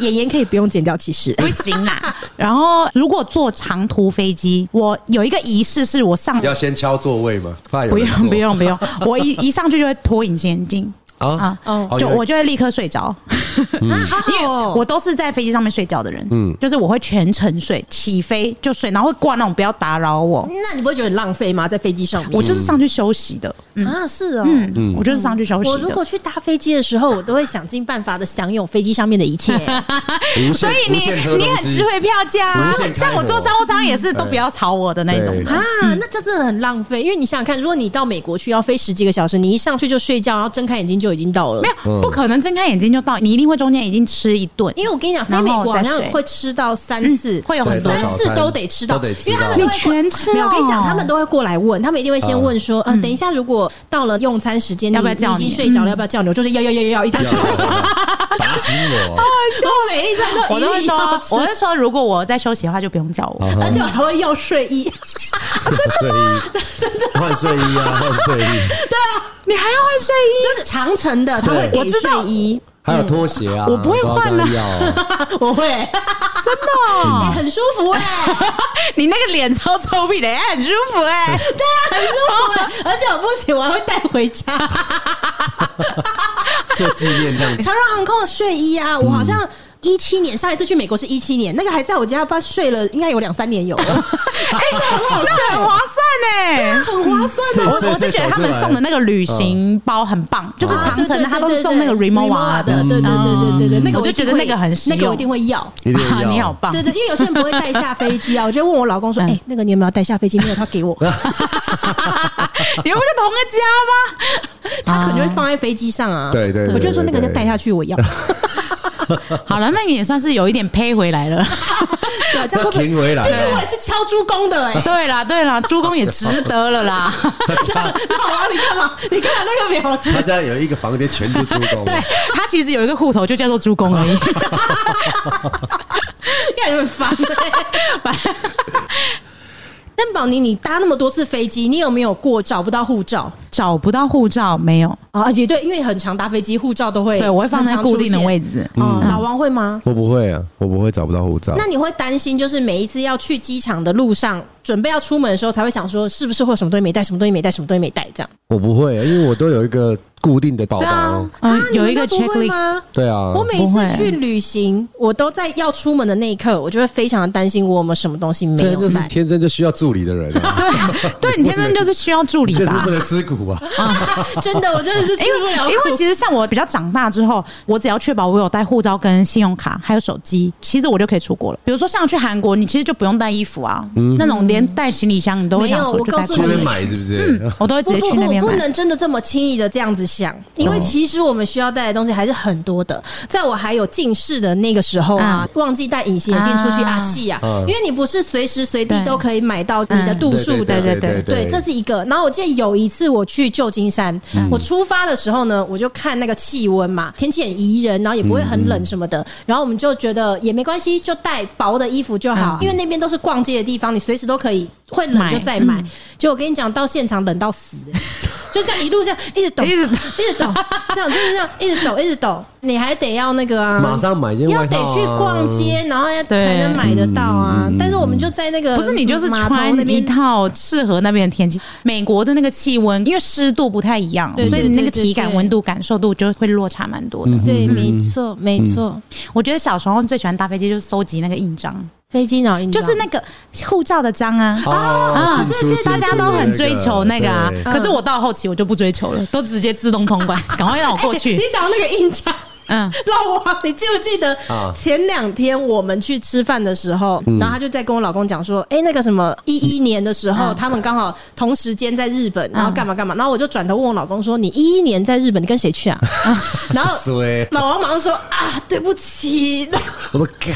Speaker 1: 演员可以 不用啊剪掉，其实。
Speaker 2: 不行啦。然后如果坐长途飞机，我有一个仪式是我上。
Speaker 3: 要先敲座位嘛，怕有
Speaker 2: 不
Speaker 3: 人
Speaker 2: 用
Speaker 3: 坐
Speaker 2: 不用不用，我一一上去就会脱隐形眼镜
Speaker 3: 啊
Speaker 2: 啊，
Speaker 1: 哦
Speaker 3: 哦
Speaker 2: 就
Speaker 3: 有人
Speaker 2: 我就会立刻睡着。
Speaker 4: 好好哦，
Speaker 2: 我都是在飞机上面睡觉的人，
Speaker 3: 嗯
Speaker 2: 嗯，就是我会全程睡，起飞就睡，然后会挂那种不要打扰我，
Speaker 3: 嗯
Speaker 1: 那你不会觉得很浪费吗？在飞机上面，
Speaker 2: 我就是上去休息的，
Speaker 1: 啊，是哦。
Speaker 2: 嗯嗯，我就是上去休息
Speaker 1: 我如
Speaker 2: 的。
Speaker 1: 果去搭飞机的时候，我都会想尽办法的享有飞机上面的一 切。
Speaker 3: 无限
Speaker 2: 所以你
Speaker 3: 无限喝
Speaker 2: 你
Speaker 3: 东
Speaker 2: 很
Speaker 3: 西
Speaker 2: 智慧票价、啊
Speaker 3: 无限开，火
Speaker 2: 像我坐商务舱也是都不要吵我的那种
Speaker 3: 对。
Speaker 1: 啊，
Speaker 2: 嗯
Speaker 1: 那这真的很浪费，因为你想想看，如果你到美国去要飞十几个小时，你一上去就睡觉，然后睁开眼睛就已经到了。
Speaker 2: 没
Speaker 3: 嗯
Speaker 2: 有，不可能睁开眼睛就到，你一定会中间已经吃一顿，
Speaker 1: 因为我跟你讲，飞
Speaker 2: 然后
Speaker 1: 美国好
Speaker 2: 再
Speaker 1: 像
Speaker 2: 睡
Speaker 1: 会吃到三次，
Speaker 2: 会有
Speaker 3: 对
Speaker 2: 很多
Speaker 3: 多
Speaker 1: 三
Speaker 3: 少
Speaker 1: 次
Speaker 3: 餐
Speaker 1: 都得吃到，
Speaker 3: 都得吃
Speaker 1: 因为他
Speaker 3: 到
Speaker 1: 们都会
Speaker 2: 你全吃
Speaker 1: 没有，我跟你讲，
Speaker 2: 哦
Speaker 1: 他们都会过来问，他们一定会先问说，嗯，等一下，如果到了用餐时间，
Speaker 2: 要不
Speaker 1: 你
Speaker 2: 要叫
Speaker 1: 你已经
Speaker 2: 你
Speaker 1: 睡着了，要不要叫你？我就是要要要要要，一定
Speaker 3: 不
Speaker 1: 要
Speaker 3: 要
Speaker 1: 叫。
Speaker 3: 打醒
Speaker 2: 哦
Speaker 3: 我，
Speaker 1: 我每一餐都
Speaker 2: 我都会
Speaker 1: 一定
Speaker 2: 说
Speaker 1: 要，吃
Speaker 2: 我会说，如果我在休息的话，就不用叫我。
Speaker 3: 啊
Speaker 1: 而且我还会要睡衣，
Speaker 2: 啊
Speaker 3: 睡衣，换睡衣啊，换睡衣，
Speaker 2: 你还要换睡衣？
Speaker 1: 就是长城的，他
Speaker 3: 对
Speaker 1: 会给
Speaker 3: 我
Speaker 1: 睡衣，
Speaker 3: 还有拖鞋啊，
Speaker 2: 我不会换啊
Speaker 3: 不知道要啊，
Speaker 1: 我会，
Speaker 2: 真的
Speaker 1: 哎
Speaker 2: 哦、
Speaker 1: 很舒服哎，
Speaker 2: 你那个脸超臭屁的，哎、很舒服哎、
Speaker 1: 很舒服哎，而且我不行，我还会带回家。
Speaker 3: 做纪念这样
Speaker 1: 长荣航空的睡衣
Speaker 2: 嗯
Speaker 1: 啊，我好像一七年上一次去美国是一七年，那个还在我家，不知道睡了应该有两三年 有了，哎，很好
Speaker 2: 那很
Speaker 1: 睡，哦
Speaker 2: 划算哎、
Speaker 1: 很划算的。
Speaker 3: 对
Speaker 2: 我
Speaker 3: 所以
Speaker 2: 我
Speaker 3: 所
Speaker 2: 是
Speaker 3: 以
Speaker 2: 觉得
Speaker 3: 找
Speaker 2: 他
Speaker 3: 出
Speaker 2: 们
Speaker 3: 来
Speaker 2: 送的那个旅行包很棒，就是
Speaker 1: 啊
Speaker 2: 长
Speaker 1: 对
Speaker 2: 城
Speaker 1: 对
Speaker 2: 的，他都是
Speaker 1: 对
Speaker 2: 送那个
Speaker 1: 对
Speaker 2: Remova 的。
Speaker 1: 的，对对对对对对，那个
Speaker 2: 嗯我就
Speaker 1: 一定
Speaker 2: 觉得那个
Speaker 1: 会
Speaker 2: 很实
Speaker 1: 那个我
Speaker 2: 用
Speaker 1: 一定会要。
Speaker 3: 一定要，
Speaker 2: 啊你好棒！
Speaker 1: 对对，因为有些人不会带下飞机 啊，我就问我老公说：“
Speaker 2: 嗯啊
Speaker 1: 哎，那个你有没有带下飞机？” 没有，他给我，
Speaker 2: 你们不是同个家
Speaker 1: 他可能就会放在飞机上啊。
Speaker 3: 对对对
Speaker 1: 我就说那个就
Speaker 3: 对对
Speaker 1: 带下去，我要。
Speaker 2: 吗？好了，那你也算是有一点呸回来了。
Speaker 1: 对，这样会
Speaker 3: 那
Speaker 1: 不会？
Speaker 3: 停回来啊
Speaker 1: 毕竟我也是敲猪公的 哎。
Speaker 2: 对啦，对啦，朱工也值得了啦。
Speaker 1: 好啊，你干嘛？你干嘛那个表情？
Speaker 3: 他家有一个房间全部租公，
Speaker 2: 对 他其实有一个户头就叫做朱工而 已。
Speaker 1: 感觉很烦。但宝妮，你搭那么多次飞机，你有没有过找不到护照
Speaker 2: 找不到护照没有？
Speaker 1: 啊？也对，因为很常搭飞机，护照都会
Speaker 2: 对我会放在固定的位
Speaker 1: 置。
Speaker 2: 置。嗯
Speaker 1: 哦，老王会吗？
Speaker 3: 我不会啊，我不会找不到护照
Speaker 1: 那你会担心，就是每一次要去机场的路上，准备要出门的时候，才会想说，是不是会有什么东西没带，什么东西没带，什么东西没带这样？
Speaker 3: 我不会，啊因为我都有一个固定的包包。
Speaker 2: 嗯
Speaker 1: 啊，
Speaker 2: 有一个
Speaker 1: 你们都不会
Speaker 2: checklist。
Speaker 1: 吗
Speaker 3: 对啊，
Speaker 1: 我每
Speaker 2: 不会
Speaker 1: 次去旅行，我都在要出门的那一刻，我就会非常的担心我有没有什么东西没
Speaker 3: 这就
Speaker 1: 有
Speaker 3: 是
Speaker 1: 带。
Speaker 3: 天生就需要助理的人啊，
Speaker 2: 对，对你天生就是需要助理
Speaker 3: 就是
Speaker 2: 吧哦
Speaker 3: 不？能吃苦啊。
Speaker 1: 真的，我真的是吃
Speaker 2: 因
Speaker 1: 不
Speaker 2: 为
Speaker 1: 了苦。
Speaker 2: 因为其实像我比较长大之后，我只要确保我有带护照、跟信用卡还有手机，其实我就可以出国了。比如说像去韩国，你其实就不用带衣服啊，
Speaker 1: 嗯
Speaker 2: 那种连带行李箱你都会想
Speaker 1: 没有
Speaker 2: 说
Speaker 1: 我
Speaker 2: 就
Speaker 1: 告
Speaker 2: 带
Speaker 1: 诉
Speaker 2: 出
Speaker 3: 去那
Speaker 2: 去
Speaker 1: 你
Speaker 3: 边，买是不是？
Speaker 2: 我都会直
Speaker 1: 不
Speaker 2: 接
Speaker 1: 不
Speaker 2: 去那边
Speaker 1: 不，不
Speaker 2: 买。哦
Speaker 1: 能真的这么轻易的这样子想，因为其实我们需要带的东西还是很多的。在我还有近视的那个时候啊，忘记戴隐形眼镜出去啊，
Speaker 2: 啊
Speaker 1: 戏啊，
Speaker 3: 嗯
Speaker 1: 因为你不是随时随地
Speaker 2: 对
Speaker 1: 都可以买到你的
Speaker 2: 嗯
Speaker 1: 度数的。
Speaker 2: 对对
Speaker 1: 对，这是一个。然后我记得有一次我去旧金山，我出发的时候呢，我就看那个气温嘛，天气很宜人，然后也不会很冷什么的。然后我们就觉得也没关系，就带薄的衣服就好，因为那边都是逛街的地方，你随时都可以会冷
Speaker 2: 买
Speaker 1: 就再买。结果我跟你讲，到现场冷到死。就这样一路这样一直抖，一
Speaker 2: 一
Speaker 1: 直
Speaker 2: 直
Speaker 1: 抖，这样就是这样一直抖，一直抖，你还得要那个啊，
Speaker 3: 马上买一件
Speaker 1: 要
Speaker 3: 外
Speaker 1: 得
Speaker 3: 套啊
Speaker 1: 去逛街，然后要
Speaker 2: 对
Speaker 1: 才能买得到啊
Speaker 3: 嗯嗯嗯。
Speaker 1: 但是我们就在那个
Speaker 2: 不是你就是
Speaker 1: 码头那
Speaker 2: 穿一
Speaker 1: 边
Speaker 2: 套适合那边的天气。美国的那个气温，因为湿度不太一样，
Speaker 1: 对
Speaker 2: 所以你那个
Speaker 1: 对对
Speaker 2: 体感
Speaker 1: 对
Speaker 2: 温度感受度就会落差蛮多的。
Speaker 3: 嗯
Speaker 1: 对，没错，没错，
Speaker 2: 我觉得小时候最喜欢搭飞机就是搜集那个印章，
Speaker 1: 飞机脑印
Speaker 2: 就
Speaker 1: 章
Speaker 2: 是那个护照的章啊。
Speaker 3: 啊
Speaker 2: 啊，对对，大家都很追求那个啊，
Speaker 1: 嗯
Speaker 2: 可是我到后期我就不追求了，都直接自 动通关，赶快让我过去
Speaker 1: 你。讲那个印章。
Speaker 2: 嗯，
Speaker 1: 老王，你记不记得
Speaker 3: 啊
Speaker 1: 前两天我们去吃饭的时候，然后他就在跟我老公讲说，哎、那个什么一一年的时候，
Speaker 2: 嗯
Speaker 1: 他们刚好同时间在日本，然后
Speaker 2: 嗯
Speaker 1: 干嘛干嘛，然后我就转头问我老公说，你一一年在日本，你跟谁去啊？ 然后
Speaker 3: 对，
Speaker 2: 哦
Speaker 1: 老王马上说啊，对不起，
Speaker 3: 我说干，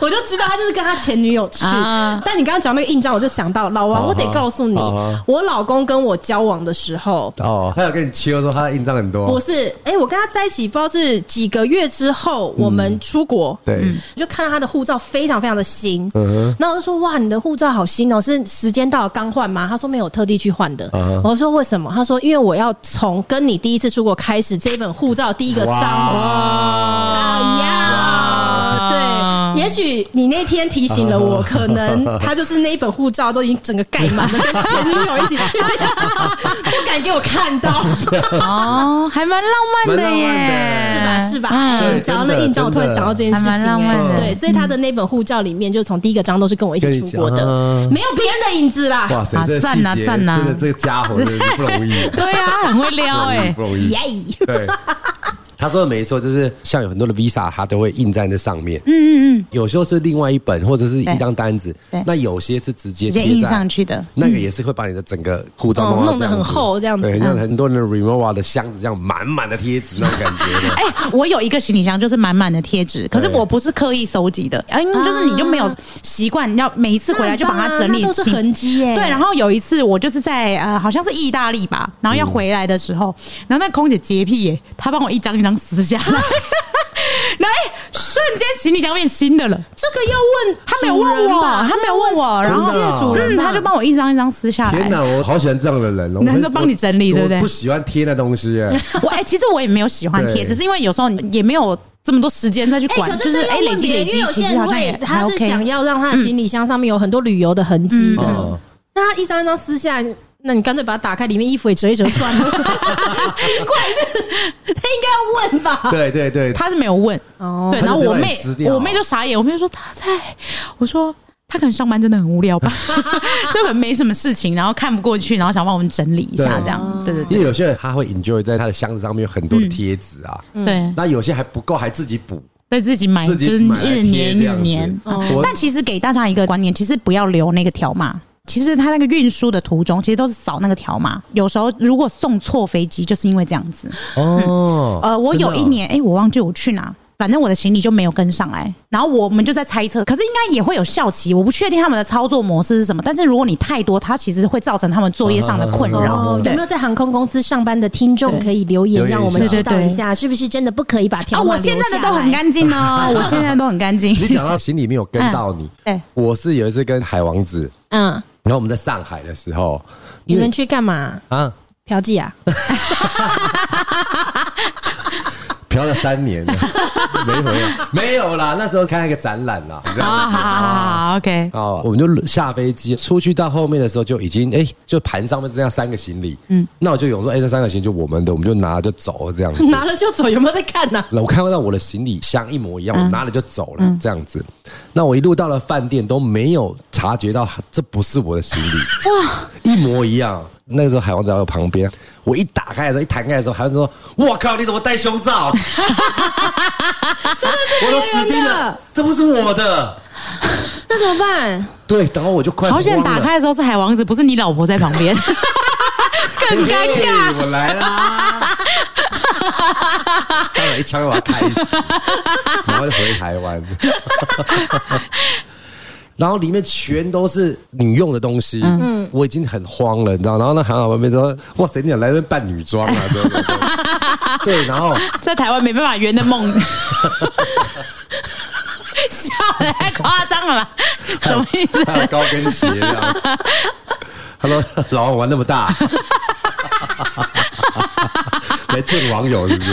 Speaker 1: 我就知道他就是跟他前女友去。
Speaker 2: 啊
Speaker 1: 但你刚刚讲那个印章，我就想到老王，
Speaker 3: 好
Speaker 1: 我得
Speaker 3: 好
Speaker 1: 告诉你
Speaker 3: 好好，
Speaker 1: 我老公跟我交往的时候，
Speaker 3: 哦，他有跟你切说他的印章很多，
Speaker 1: 不是，哎、我跟他在一起不知道是几个月之后，我们出国，
Speaker 3: 嗯对，
Speaker 2: 嗯
Speaker 1: 我就看到他的护照非常非常的新，
Speaker 3: 嗯哼，
Speaker 1: 然后我就说哇，你的护照好新哦，是时间到了刚换吗？他说没有，我特地去换的。
Speaker 3: 嗯
Speaker 1: 我说为什么？他说因为我要从跟你第一次出国开始，这一本护照第一个章。哎
Speaker 2: 啊
Speaker 1: 呀，对，也许你那天提醒了我，可 能他就是那一本护照都已经整个盖满了，跟前女友一起去， 不敢给我看到。
Speaker 2: 哦，还蛮浪漫的
Speaker 3: 蛮浪漫的
Speaker 2: 耶，
Speaker 3: 是
Speaker 1: 吧是是吧？
Speaker 2: 嗯
Speaker 1: 哎
Speaker 3: 对
Speaker 1: 讲到
Speaker 3: 真
Speaker 1: 那
Speaker 3: 的
Speaker 1: 印章，我突然
Speaker 3: 真的嗯
Speaker 1: 想到这件事情、
Speaker 2: 还蛮浪漫
Speaker 1: 哎
Speaker 3: 的
Speaker 1: 对，所以他的那本护照里面，就从第一个章都是跟我一起出国的，
Speaker 3: 跟你讲啊
Speaker 1: 没有别人的影子啦。
Speaker 3: 哇塞
Speaker 2: 啊，
Speaker 3: 这
Speaker 2: 赞啊
Speaker 3: 细节
Speaker 2: 赞啊
Speaker 3: 真的这个家伙真的是不 容易，
Speaker 2: 对啊，很会 撩哎、
Speaker 3: 不容易，不容易
Speaker 1: 耶、
Speaker 3: 对。他说的没错，就是像有很多的 Visa，它都会印在那上面。
Speaker 2: 嗯嗯嗯，
Speaker 3: 有时候是另外一本或者是
Speaker 2: 对
Speaker 3: 一张单子
Speaker 2: 对，
Speaker 3: 那有些是直接
Speaker 2: 直接
Speaker 3: 贴
Speaker 2: 印
Speaker 3: 在
Speaker 2: 上去的。嗯
Speaker 3: 那个也是会把你的整个护照
Speaker 1: 哦
Speaker 3: 弄到
Speaker 1: 弄得
Speaker 3: 这样
Speaker 1: 很
Speaker 3: 子
Speaker 1: 厚这样子
Speaker 3: 对，像很多人的 Remova 的箱子这样满满的贴纸那种感觉的。
Speaker 2: 哎、我有一个行李箱，就是满满的贴纸，可是
Speaker 3: 对
Speaker 2: 我不是刻意收集的，哎，因为就是你就没有习惯，你要每一次回来就把它整理
Speaker 1: 啊那很棒啊那都是
Speaker 2: 清
Speaker 1: 痕迹耶。
Speaker 2: 对，然后有一次我就是在呃，好像是意大利吧，然后要回来的时候，然后那空姐洁癖耶，她帮我一张一张 撕下来，然后哎、瞬间行李箱变新的了。
Speaker 1: 这个要问
Speaker 2: 他没有问
Speaker 1: 主人
Speaker 2: 我，
Speaker 1: 吧
Speaker 2: 他没有问我，
Speaker 3: 真
Speaker 2: 然
Speaker 3: 的
Speaker 2: 后
Speaker 3: 啊
Speaker 2: 主人
Speaker 1: 吧
Speaker 2: 他就帮我一张一张撕下
Speaker 3: 天
Speaker 2: 来。
Speaker 3: 哪，我好喜欢这样的人哦！
Speaker 2: 人
Speaker 3: 我
Speaker 2: 都帮你整理
Speaker 3: 我
Speaker 2: 对不对
Speaker 3: 我不喜欢贴那东西 耶，
Speaker 2: 我哎，其实我也没有喜欢贴，
Speaker 3: 对
Speaker 2: 只是因为有时候你也没有这么多时间再去
Speaker 1: 哎、
Speaker 2: 管，
Speaker 1: 可
Speaker 2: 就是是
Speaker 1: 这要
Speaker 2: 哎
Speaker 1: 问
Speaker 2: 累积
Speaker 1: 别人因
Speaker 2: 累积，
Speaker 1: 为有
Speaker 2: 其
Speaker 1: 些
Speaker 2: 实好
Speaker 1: 人
Speaker 2: 像也
Speaker 1: 会他
Speaker 2: 还
Speaker 1: 是
Speaker 2: OK
Speaker 1: 想要让他的行李箱上面有很多旅游的痕迹的，
Speaker 3: 哦，
Speaker 1: 那他一张一张撕下来，那你干脆把它打开，里面衣服也折一折算了。 怪是他应该要问吧？
Speaker 3: 对对对，
Speaker 2: 他是没有问，
Speaker 1: 哦
Speaker 2: 对，
Speaker 3: 他
Speaker 2: 然后
Speaker 3: 就直
Speaker 2: 我
Speaker 3: 接把你
Speaker 2: 妹
Speaker 3: 撕掉
Speaker 2: 我妹就傻眼，我妹就说她在，我说她可能上班真的很无聊吧， 就可能没什么事情，然后看不过去，然后想帮我们整理一下
Speaker 3: 对
Speaker 2: 这样，对对
Speaker 3: 因
Speaker 2: 对嗯
Speaker 3: 为有些人他会 enjoy 在他的箱子上面有很多的贴纸啊，
Speaker 1: 嗯
Speaker 2: 对，
Speaker 3: 那有些还不够，还自己补。
Speaker 2: 对自己买
Speaker 3: 自己
Speaker 2: 就是
Speaker 3: 买
Speaker 2: 一直粘一
Speaker 3: 贴这
Speaker 2: 直
Speaker 3: 样子
Speaker 2: 粘。
Speaker 3: 哦
Speaker 2: 啊
Speaker 3: 我
Speaker 2: 但其实给大家一个观念，其实不要留那个条码。其实他那个运输的途中，其实都是扫那个条码。有时候如果送错飞机，就是因为这样子。
Speaker 3: 哦，
Speaker 2: 呃，我有
Speaker 3: 真
Speaker 2: 一
Speaker 3: 的哦
Speaker 2: 年，哎、我忘记我去哪，反正我的行李就没有跟上来。然后我们就在猜测，可是应该也会有效期，我不确定他们的操作模式是什么。但是如果你太多，它其实会造成他们作业上的困扰。
Speaker 1: 哦，有
Speaker 2: 对
Speaker 1: 没有在航空公司上班的听众可以留言，
Speaker 3: 留言一下
Speaker 1: 让我们知道
Speaker 2: 对对
Speaker 1: 一
Speaker 2: 对
Speaker 1: 下，是不是真的不可以把
Speaker 2: 啊，
Speaker 1: 条码
Speaker 2: 我
Speaker 1: 留下
Speaker 2: 现
Speaker 1: 来、
Speaker 2: 在的都很干净哦，我现在都很干净。
Speaker 3: 你讲到行李没有跟到你，
Speaker 2: 对，
Speaker 3: 我是有一次跟海王子，
Speaker 1: 嗯，
Speaker 3: 然后我们在上海的时候，
Speaker 1: 你
Speaker 3: 因为
Speaker 1: 们去干嘛？
Speaker 3: 啊
Speaker 1: 嫖妓啊？
Speaker 3: 嫖了三年了，没回来，没有啦，那时候看一个展览啦，你知道吗？
Speaker 2: 啊，好好好好，OK。
Speaker 3: 哦，我们就下飞机，出去到后面的时候就已经哎、就盘上面这样三个行李，嗯，那我就有说，哎、这三个行李就我们的，我们就拿就走这样子。
Speaker 1: 拿了就走，有没有在看呢、
Speaker 3: 那我看啊到我的行李箱一模一样，我拿了就走了、这样子。那我一路到了饭店都没有察觉到这不是我的行李，哇，一模一样。那个时候海王在我旁边，我一打开的时候，一弹开的时候，海王说：“我靠，你怎么戴胸罩？我都死定了，这不是我的。
Speaker 1: 那怎么办？”
Speaker 3: 对，然后我就快
Speaker 2: 好险
Speaker 3: 慌
Speaker 2: 打
Speaker 3: 了
Speaker 2: 开的时候是海王子，不是你老婆在旁边，更尴尬。
Speaker 3: 嘿我来啦！ 当然一枪就把他开死，然后就回台湾。 然后里面全都是女用的东西，嗯，我已经很慌了，你知道？然后那韩老外面说：“哇塞，你有来这边扮女 装啊？”对对对，对，然后
Speaker 2: 在台湾没办法圆的梦，笑得太夸张了吧？什么意思？
Speaker 3: 还有高跟鞋这样。他说：“老王玩那 么大，来见网友是不是？”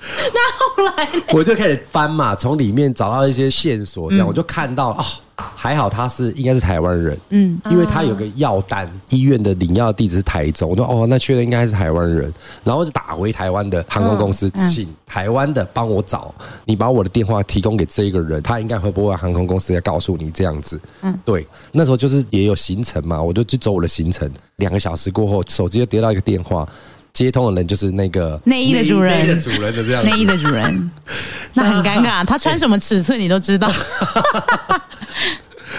Speaker 1: 后来呢
Speaker 3: 我就开始翻嘛，从里面找到一些线索，
Speaker 2: 嗯
Speaker 3: 这样、我就看到哦，还好他是应该是台湾人，嗯，因为他有个药单，医院的领药地址是台中，我说哦，那确认应该是台湾人，然后就打回台湾的航空公司，
Speaker 2: 嗯
Speaker 3: 请台湾的帮我找，你把我的电话提供给这一个人，他应该会不会航空公司要告诉你这样子？嗯，对，那时候就是也有行程嘛，我就去走我的行程，两个小时过后，手机就跌到一个电话。接通的人就是那个
Speaker 2: 内衣的主人
Speaker 3: 内衣的主人的这样子，
Speaker 2: 内衣的主 人，那很尴尬。他穿什么尺寸你都知道，
Speaker 3: 哎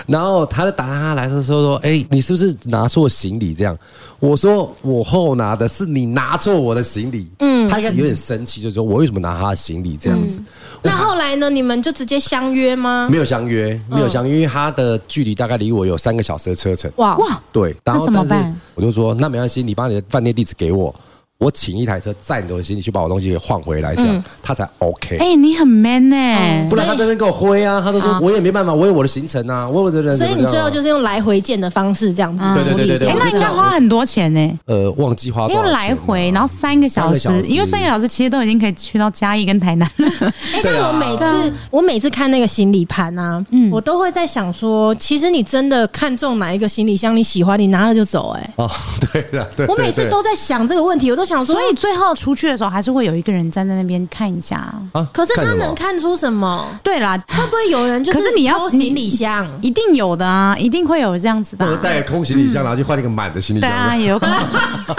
Speaker 3: 然后他就打电话来的时候说：“哎、你是不是拿错行李？”这样，我说：“我后拿的是你拿错我的行李。”嗯，他应该有点生气，就说：“我为什么拿他的行李？”这样子，
Speaker 2: 嗯
Speaker 1: 那后来呢？你们就直接相约吗？
Speaker 3: 没有相约，没有相约，因为他的距离大概离我有三个小时的车程。
Speaker 1: 哇哇！
Speaker 2: 哇，
Speaker 3: 对，然
Speaker 2: 那
Speaker 3: 后
Speaker 2: 怎么
Speaker 3: 但是
Speaker 2: 办
Speaker 3: 我就说：“那没关系，你把你的饭店地址给我，我请一台车载你的行李去把我东西给换回来。”这样、他才 OK。
Speaker 2: 嗯哎，你很 man 呢
Speaker 3: 哦不。然他这边给我挥啊，他就说
Speaker 2: 啊
Speaker 3: 我也没办法，我有我的行程啊，我有我的人。
Speaker 1: 所以你最后就是是用来回见的方式这样子
Speaker 2: 嗯
Speaker 1: 处理掉。
Speaker 3: 对对对对
Speaker 2: 哎，那应该花很多钱呢，
Speaker 3: 呃忘记花多
Speaker 2: 因
Speaker 3: 少
Speaker 2: 为
Speaker 3: 钱
Speaker 2: 来回，
Speaker 3: 了
Speaker 2: 然后三个小时
Speaker 3: 三个小，时
Speaker 2: 因为三个小时其实都已经可以去到嘉义跟台南 了。
Speaker 1: 哎、
Speaker 3: 对
Speaker 1: 但
Speaker 3: 啊
Speaker 1: 我每次我每次看那个行李盘啊，我都会在想说，其实你真的看中哪一个行李箱，你喜欢，你拿了就走、哎，
Speaker 3: 哦，对了，对，
Speaker 1: 我每次
Speaker 3: 对对
Speaker 1: 都在想这个问题，我都
Speaker 4: 想说
Speaker 2: 所，以最后出去的时候，还是会有一个人站在那边看一下。
Speaker 3: 啊
Speaker 1: 可是他
Speaker 3: 看什么
Speaker 1: 能看出什么？
Speaker 2: 对啦，
Speaker 1: 会不会有人就
Speaker 2: 可是你要
Speaker 1: 偷行李箱？
Speaker 2: 一定有的啊，一定会有这样子的
Speaker 3: 或者
Speaker 2: 啊、
Speaker 3: 带个空行李箱，然后去换一个满的行李
Speaker 2: 对啊，
Speaker 3: 箱。
Speaker 2: 也有 可能。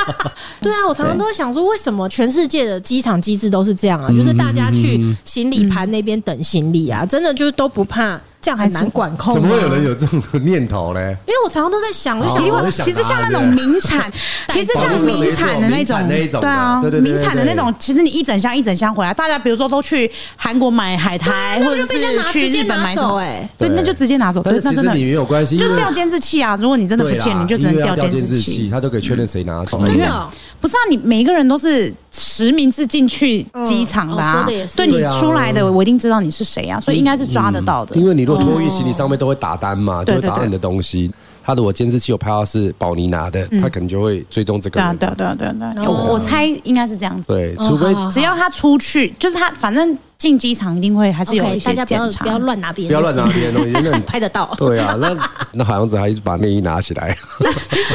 Speaker 1: 对啊，我常常
Speaker 2: 对
Speaker 1: 都会想说，为什么全世界的机场机制都是这样
Speaker 2: 嗯
Speaker 1: 啊？就是大家去行李盘那边等行李啊，真的就是都不怕，这样很难管控、啊。
Speaker 3: 怎么会有人？有这种念头嘞？
Speaker 1: 因为我常常都在想，我就想
Speaker 3: 哦
Speaker 2: 因
Speaker 1: 说，
Speaker 3: 我
Speaker 2: 为
Speaker 3: 就想
Speaker 2: 其实像
Speaker 3: 拿
Speaker 2: 那
Speaker 3: 着
Speaker 2: 种名产， 其实像名产的那种
Speaker 3: 没错没错，
Speaker 2: 对啊
Speaker 3: 对对对，对
Speaker 2: 名产的那种，其实你一整箱一整箱回来，大家比如说都去韩国买海
Speaker 3: 啊
Speaker 2: 苔，或者
Speaker 1: 哎就被人
Speaker 2: 是
Speaker 1: 家拿
Speaker 2: 去
Speaker 1: 直接
Speaker 2: 日本
Speaker 1: 拿
Speaker 2: 买什
Speaker 1: 走
Speaker 2: 么，
Speaker 1: 哎、
Speaker 2: 对，
Speaker 3: 对
Speaker 2: 那就直接拿走，
Speaker 3: 但
Speaker 2: 对，
Speaker 3: 是
Speaker 2: 那
Speaker 3: 其
Speaker 2: 真
Speaker 3: 实
Speaker 2: 的
Speaker 3: 你没有关系，因
Speaker 2: 就
Speaker 3: 为
Speaker 2: 掉监视器啊！如果你真的不
Speaker 3: 对啦
Speaker 2: 见，你就只能
Speaker 3: 因为要
Speaker 2: 掉
Speaker 3: 掉
Speaker 2: 监视
Speaker 3: 视
Speaker 2: 器。
Speaker 3: 他就可以确认谁拿走了。
Speaker 1: 真的哦、
Speaker 2: 不是啊，你每一个人都是实名制进去机场的
Speaker 1: 嗯哦
Speaker 2: 啊，
Speaker 1: 说的也是
Speaker 2: 对你
Speaker 3: 对啊嗯
Speaker 2: 出来的，我一定知道你是谁啊，所以应该是抓得到的。嗯
Speaker 3: 因为你如果托运行李上面都会打单嘛，就
Speaker 2: 对
Speaker 3: 会打到你的东西。他如果监视器有拍到是宝妮拿的，他可能就会追踪这个
Speaker 2: 对啊，哦嗯
Speaker 3: 人。
Speaker 2: 对啊，对啊，对啊，对啊，
Speaker 1: 哦
Speaker 2: 我我猜应该是这样子。
Speaker 3: 对，除非
Speaker 1: 好好
Speaker 2: 只要他出去，就是他，反正进机场一定会还是有
Speaker 1: OK，
Speaker 2: 一
Speaker 1: 大
Speaker 2: 些
Speaker 1: 家不要
Speaker 2: 检查
Speaker 1: 不。要乱拿别人，
Speaker 3: 不要乱拿别人的东西 那很
Speaker 1: 拍得 到。
Speaker 3: 对啊，那那好像子还一直把内衣拿起来，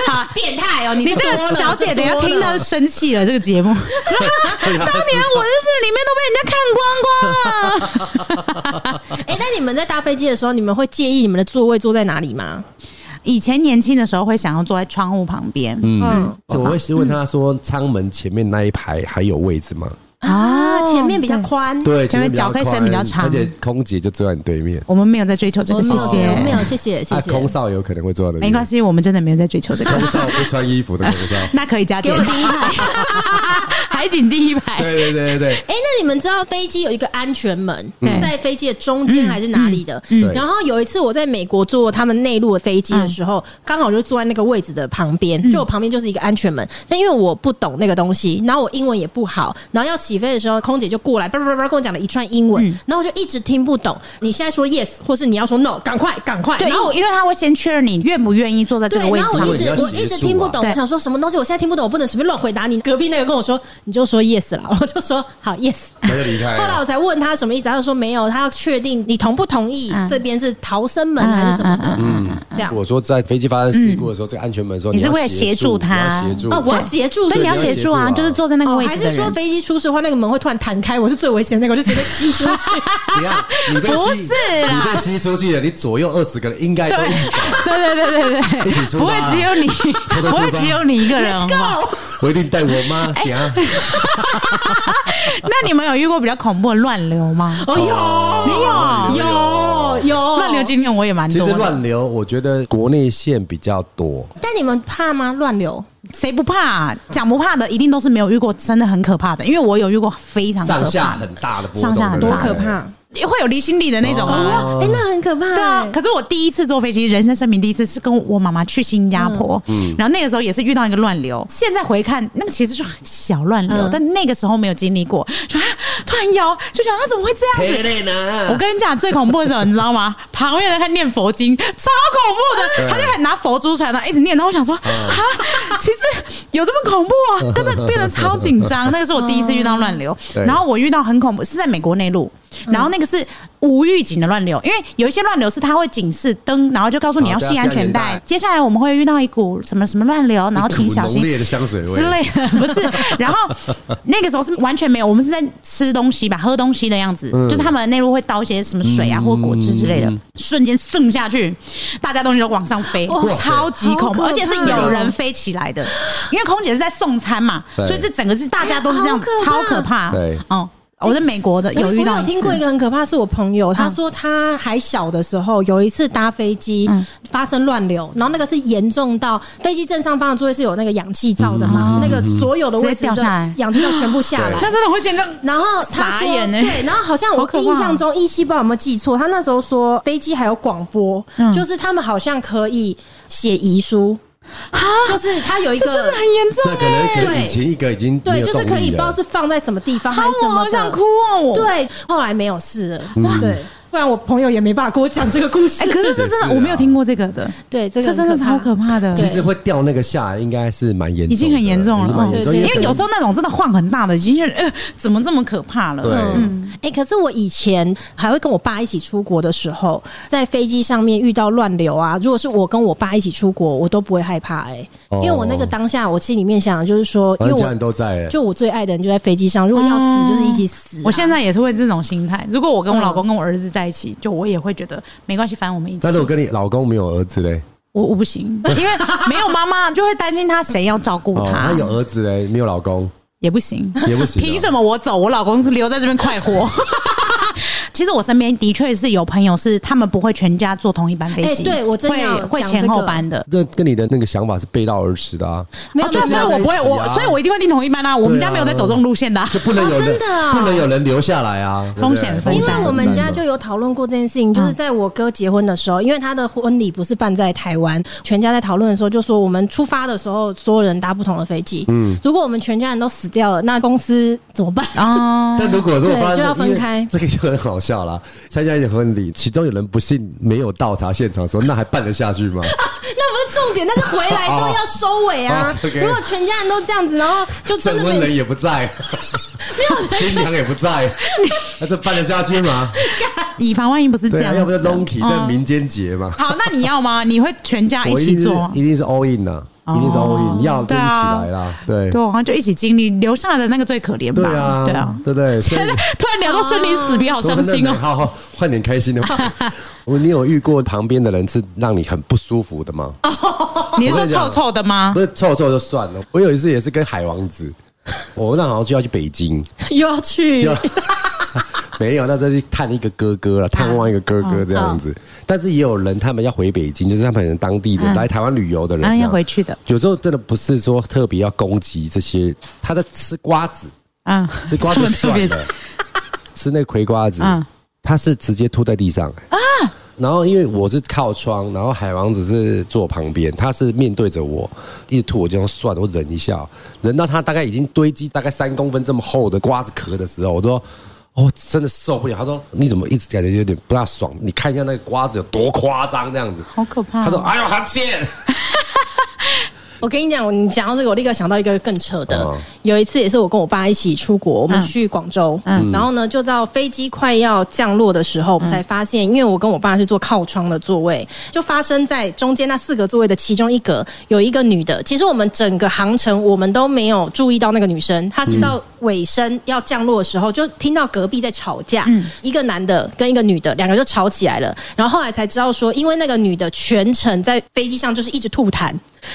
Speaker 1: 好变态哦！你
Speaker 2: 你这个小姐，等一下听到生气了。这个 节目，当年我就是里面都被人家看光光了。啊
Speaker 1: 哎、那你们在搭飞机的时候，你们会介意你们的座位坐在哪里吗？
Speaker 2: 以前年轻的时候会想要坐在窗户旁边，
Speaker 1: 嗯
Speaker 3: 我会先问他说：“舱门前面那一排还有位置吗
Speaker 1: 啊，前面比较
Speaker 2: 对
Speaker 1: 宽？”，
Speaker 3: 对，
Speaker 2: 嗯前面
Speaker 3: 面比较
Speaker 2: 脚可以
Speaker 3: 宽
Speaker 2: 伸比较长
Speaker 3: 而且空姐就坐在你对面，
Speaker 2: 我们没有在追求这
Speaker 1: 我
Speaker 2: 个，
Speaker 1: 没
Speaker 2: 谢
Speaker 1: 有
Speaker 2: 谢
Speaker 1: 我。没有，谢谢谢
Speaker 3: 啊，
Speaker 1: 谢。
Speaker 3: 空少有可能会坐在那边
Speaker 2: 没关，系，我们真的没有在追求这个。
Speaker 3: 空少不穿衣服的空少。
Speaker 2: 那可以加
Speaker 1: 给
Speaker 2: 减
Speaker 1: 我，第一排。
Speaker 2: 海景第一 排。
Speaker 3: 对对对对对，
Speaker 1: 哎、那你们知道飞机有一个安全门，
Speaker 2: 嗯
Speaker 1: 在飞机的中间还是哪里的？
Speaker 3: 嗯对
Speaker 1: 然后有一次我在美国坐他们内陆的飞机的时候，刚、好就坐在那个位置的旁边，就我旁边就是一个安全门。但因为我不懂那个东西，然后我英文也不好，然后要起飞的时候，空姐就过来，叭叭叭叭跟我讲了一串英文，然后我就一直听不懂。你现在说 yes，或是你要说 no，赶快赶快。
Speaker 2: 对，
Speaker 1: 然
Speaker 2: 因
Speaker 1: 后我
Speaker 2: 为因为他会先确认你愿不愿意坐在这
Speaker 1: 对
Speaker 2: 个，位
Speaker 1: 然
Speaker 2: 置
Speaker 1: 后
Speaker 2: 上
Speaker 1: 我一
Speaker 3: 因
Speaker 1: 直
Speaker 3: 为你要
Speaker 1: 我一直
Speaker 3: 协助
Speaker 1: 听不
Speaker 3: 啊
Speaker 1: 懂，
Speaker 2: 对
Speaker 1: 我想说什么东西，我现在听不懂，我不能随便乱回答你。隔壁那个跟我说，你就说 yes 了， 我就说好 yes。
Speaker 3: 那就离开
Speaker 1: 后来我
Speaker 3: 了。
Speaker 1: 才问他什么意思，他就说没有，他要确定你同不同意
Speaker 2: 嗯
Speaker 1: 这边是逃生门还是什么的，
Speaker 3: 嗯，
Speaker 1: 这样。
Speaker 3: 我说在飞机发生事故的时候，这个安全门的时候，
Speaker 2: 嗯你是
Speaker 3: 要
Speaker 2: 为了协助他
Speaker 3: 你要协助
Speaker 1: 哦，我要协助，
Speaker 2: 对，
Speaker 3: 对
Speaker 2: 你要
Speaker 3: 你要
Speaker 2: 协
Speaker 3: 协
Speaker 2: 助
Speaker 3: 助
Speaker 2: 啊，
Speaker 3: 啊
Speaker 2: 就是坐在那个
Speaker 1: 哦，
Speaker 2: 位
Speaker 1: 还
Speaker 2: 置的
Speaker 1: 是说
Speaker 2: 人。
Speaker 1: 飞机出事的话，那个门会突然弹开，我是最危险的那个，我就直接吸出去。
Speaker 3: 你看，你被
Speaker 2: 不
Speaker 3: 吸
Speaker 2: 是啦
Speaker 3: 你被吸出去了，你左右二十个人应该都一起走，
Speaker 2: 对对对对
Speaker 3: 一起
Speaker 2: 对，
Speaker 3: 出
Speaker 2: 不
Speaker 3: 发
Speaker 2: 会只有你，
Speaker 3: 偷
Speaker 2: 不
Speaker 3: 出发
Speaker 2: 会只有你一个人。好不好
Speaker 3: 我一定带我妈
Speaker 2: 哎
Speaker 3: 啊等下
Speaker 2: 那你们有遇过比较恐怖的乱流吗？
Speaker 3: 哦
Speaker 1: 哦，
Speaker 3: 有
Speaker 1: 有有有
Speaker 2: 乱流，经验我也蛮
Speaker 3: 其
Speaker 2: 多
Speaker 3: 实
Speaker 2: 的。
Speaker 3: 乱流，我觉得国内线比较多。
Speaker 1: 但你们怕吗？乱流？
Speaker 2: 谁不怕？讲不怕的，一定都是没有遇过真的很可怕的，因为我有遇过非常
Speaker 3: 上
Speaker 2: 可
Speaker 3: 下
Speaker 2: 怕
Speaker 3: 很大的波
Speaker 2: 上
Speaker 3: 动，
Speaker 2: 下很
Speaker 3: 对
Speaker 2: 大
Speaker 3: 不
Speaker 1: 多
Speaker 3: 对
Speaker 1: 可怕！！
Speaker 2: 的，会有离心力的那种啊。
Speaker 3: 哦
Speaker 1: 哎，那很可怕。欸
Speaker 2: 对啊，可是我第一次坐飞机，人生生平第一次是跟我妈妈去新加坡，然后那个时候也是遇到一个乱流。现在回看，那个其实就小乱流，
Speaker 1: 嗯
Speaker 2: 但那个时候没有经历过，就啊，突然摇，就想啊他怎么会这样子？
Speaker 3: 累呢
Speaker 2: 我跟你讲，最恐怖的是什么，你知道 吗？旁边人在念佛经，超恐怖的。
Speaker 3: 对
Speaker 2: 他就开始拿佛珠出来，然后一直念。然后我想说，
Speaker 3: 嗯
Speaker 2: 啊，其实有这么恐怖啊，跟着变得超紧张。那个是我第一次遇到乱流，
Speaker 3: 嗯对嗯
Speaker 2: 然后我遇到很恐怖，是在美国内陆，然后那个是无预警的乱流，因为有一些乱流是它会警示灯，然后就告诉你
Speaker 3: 哦
Speaker 2: 要
Speaker 3: 对啊
Speaker 2: 系安全
Speaker 3: 系安
Speaker 2: 带
Speaker 3: 全带。
Speaker 2: 接下来我们会遇到一股什么什么乱流，然后请小心
Speaker 3: 浓。烈的香水味
Speaker 2: 之类的， 不是。然后那个时候是完全没有，我们是在吃东西吧，喝东西的样子，
Speaker 3: 嗯
Speaker 2: 就他们内陆会倒一些什么水啊、或果汁之类的，瞬间送下去，大家东西都往上飞，
Speaker 1: 哇
Speaker 2: 超级恐怖，
Speaker 1: 好可怕
Speaker 2: 而且是有人飞起来的，因为空姐是在送餐嘛，
Speaker 3: 对
Speaker 2: 所以是整个是大家都是这样，
Speaker 1: 哎好
Speaker 2: 超
Speaker 1: 可
Speaker 2: 可怕。
Speaker 3: 对
Speaker 2: 哦，我在美国的
Speaker 1: 我
Speaker 2: 有遇到
Speaker 1: 我
Speaker 2: 一
Speaker 1: 有
Speaker 2: 次
Speaker 1: 听过一个很可怕，是我朋友，他说他还小的时候，有一次搭飞机
Speaker 2: 嗯
Speaker 1: 发生乱流，然后那个是严重到飞机正上方的座位是有那个氧气罩的
Speaker 2: 嗯
Speaker 1: 嘛，那个所有的位置
Speaker 2: 直接掉下来
Speaker 1: 就氧气罩全部下
Speaker 3: 对
Speaker 1: 来
Speaker 2: 那。真的会现在
Speaker 1: 然后他
Speaker 2: 傻
Speaker 1: 说，
Speaker 2: 眼欸
Speaker 1: 对，然后好像
Speaker 2: 好
Speaker 1: 我
Speaker 2: 可怕
Speaker 1: 印象中依稀不知道有没有记错，他那时候说飞机还有广播，
Speaker 2: 嗯
Speaker 1: 就是他们好像可以写遗书，就是他有一个
Speaker 2: 很严重
Speaker 3: 那可能可能
Speaker 1: 对
Speaker 3: 以前一个已经没
Speaker 1: 对，
Speaker 3: 有
Speaker 1: 就是可以
Speaker 3: 动力
Speaker 1: 不知道
Speaker 3: 啊了
Speaker 1: 是放在什么地方还
Speaker 2: 啊
Speaker 1: 是什
Speaker 2: 我
Speaker 1: 么
Speaker 2: 好
Speaker 1: 的
Speaker 2: 想哭哦！我
Speaker 3: 嗯
Speaker 1: 对，后来没有事了。对，
Speaker 4: 不然我朋友也没办法跟我讲这个故 事。
Speaker 2: 哎、可是这真
Speaker 3: 也是
Speaker 2: 的
Speaker 3: 啊
Speaker 2: 我没有听过这个的，
Speaker 1: 对，这
Speaker 2: 这
Speaker 1: 个
Speaker 2: 真的超可
Speaker 1: 怕。
Speaker 2: 怕的。
Speaker 3: 其实会掉那个下来，应该是蛮严重的，
Speaker 2: 已经很严重了哦
Speaker 3: 已经蛮严重，
Speaker 1: 对对
Speaker 2: 因为有时候那种真的晃很大的，已经是呃，怎么这么可怕了？嗯
Speaker 3: 对，
Speaker 1: 哎、可是我以前还会跟我爸一起出国的时候，在飞机上面遇到乱流啊，如果是我跟我爸一起出国，我都不会害怕哎、
Speaker 3: 哦
Speaker 1: 因为我那个当下我心里面想的就是说，因
Speaker 3: 反
Speaker 1: 为
Speaker 3: 正家
Speaker 1: 我
Speaker 3: 人都在了，
Speaker 1: 就我最爱的人就在飞机上，如果要死就是一起死啊、
Speaker 2: 我现在也是会这种心态。如果我跟我老公跟我儿子在一起，就我也会觉得没关系，反正我们一起
Speaker 3: 但是。我跟你老公没有儿子嘞，
Speaker 2: 我我不行，因为没有妈妈就会担心他谁要照顾
Speaker 3: 哦，
Speaker 2: 他
Speaker 3: 他，有儿子嘞，没有老 公
Speaker 2: 也不行。
Speaker 3: 也不行啊，
Speaker 2: 凭什么我走，我老公是留在这边快活？ 其实我身边的确是有朋友是他们不会全家坐同一班飞
Speaker 1: 哎
Speaker 2: 机，
Speaker 1: 对我真的要
Speaker 2: 会会
Speaker 1: 讲
Speaker 2: 前
Speaker 1: 这
Speaker 2: 后
Speaker 1: 个
Speaker 2: 班的。
Speaker 3: 那跟你的那个想法是背道而驰的啊，
Speaker 1: 没有
Speaker 2: 哦，对，
Speaker 1: 没
Speaker 2: 所
Speaker 1: 有
Speaker 2: 以我不会，我
Speaker 3: 对啊
Speaker 2: 所以我一定会订同一班啊。我们家没有在走这种路线的啊。
Speaker 3: 就不能有人
Speaker 1: 真的啊
Speaker 3: 不能有人留下来啊，对不对
Speaker 2: 风险分
Speaker 1: 因
Speaker 2: 散
Speaker 1: 为我们家就有讨论过这件事情，
Speaker 2: 嗯
Speaker 1: 就是在我哥结婚的时候，因为他的婚礼不是办在台湾，全家在讨论的时候就说，我们出发的时候所有人搭不同的飞机，嗯，如果我们全家人都死掉了，那公司怎么办？
Speaker 2: 哦，
Speaker 3: 但如果如果
Speaker 1: 对
Speaker 3: 发生
Speaker 1: 就要分
Speaker 3: 因为
Speaker 1: 开
Speaker 3: 这个就很好笑啦。参加一点婚礼，其中有人不幸没有到达现场的时候，那还办得下去吗？
Speaker 1: 那不是重点，那就回来之后要收尾啊
Speaker 3: 哦。，OK
Speaker 1: 如果全家人都这样子，然后就真
Speaker 3: 证
Speaker 1: 的
Speaker 3: 婚人
Speaker 1: 被。
Speaker 3: 也不在，新娘也不在，那这办得下去吗？
Speaker 2: 以防万一不是这
Speaker 3: 对啊，
Speaker 2: 样，哦
Speaker 3: 要不就 Lonky 在民间节嘛，
Speaker 2: 好，那你要吗？你会全哦家一
Speaker 3: 我
Speaker 2: 起
Speaker 3: 定是
Speaker 2: 做吗？
Speaker 3: 一定是 all in 呐，
Speaker 2: 哦
Speaker 3: 一定是 all in，要就
Speaker 2: 对
Speaker 3: 一起
Speaker 2: 啊
Speaker 3: 来啦，对
Speaker 2: 对，好像就一起经历，留下来的那个最可怜吧？
Speaker 3: 对啊，
Speaker 2: 对啊。
Speaker 3: 对不对？所以
Speaker 2: 突然聊到生离死别，好伤心
Speaker 3: 真的
Speaker 2: 哦
Speaker 3: 没。好好换点开心的。我你有遇过旁边的人是让你很不舒服的吗？
Speaker 2: 你是说臭臭的吗
Speaker 3: 不？是臭臭就算了，我有一次也是跟海王子， 我那好像就要去 北京，
Speaker 1: 哎
Speaker 4: 又要去
Speaker 3: 要没有，那这是探一个哥哥
Speaker 2: 啊
Speaker 3: 了，探望一个哥哥这样
Speaker 2: 哦
Speaker 3: 子。但是也有人他们要回北京，就是他们可能当地的
Speaker 2: 嗯
Speaker 3: 来台湾旅游的人
Speaker 2: 啊，
Speaker 3: 这
Speaker 2: 要
Speaker 3: 样，
Speaker 2: 回去的。
Speaker 3: 有时候真的不是说特别要攻击这些，他在吃瓜子，
Speaker 2: 嗯，
Speaker 3: 吃瓜
Speaker 2: 这
Speaker 3: 子
Speaker 2: 么特
Speaker 3: 算
Speaker 2: 别
Speaker 3: 了， 吃那葵瓜子，
Speaker 2: 嗯
Speaker 3: 他是直接吐在地上啊。然后因为我是靠窗，然后海王子是坐我旁边，他是面对着我，一吐我就想算了，我忍一下，忍到他大概已经堆积大概三公分这么厚的瓜子壳的时候，我都。哦，真的受不了！他说：“你怎么一直感觉有点不大爽？你看一下那个瓜子有多夸张，这样子。”
Speaker 2: 好可怕哦
Speaker 3: 他说：“哎呦，韩健，
Speaker 1: 我跟你讲，你讲到这个，我立刻想到一个更扯的。
Speaker 3: 哦
Speaker 1: 有一次也是我跟我爸一起出国，我们
Speaker 2: 嗯
Speaker 1: 去广州，
Speaker 2: 嗯
Speaker 1: 然后呢，就到飞机快要降落的时候，我们才发现，因为我跟我爸是坐靠窗的座位，就发生在中间那四个座位的其中一格有一个女的。其实我们整个航程我们都没有注意到那个女生，她是到尾声要降落的时候，就听到隔壁在吵架，
Speaker 2: 嗯
Speaker 1: 一个男的跟一个女的，两个就吵起来了。然后后来才知道说，因为那个女的全程在飞机上就是一直吐痰，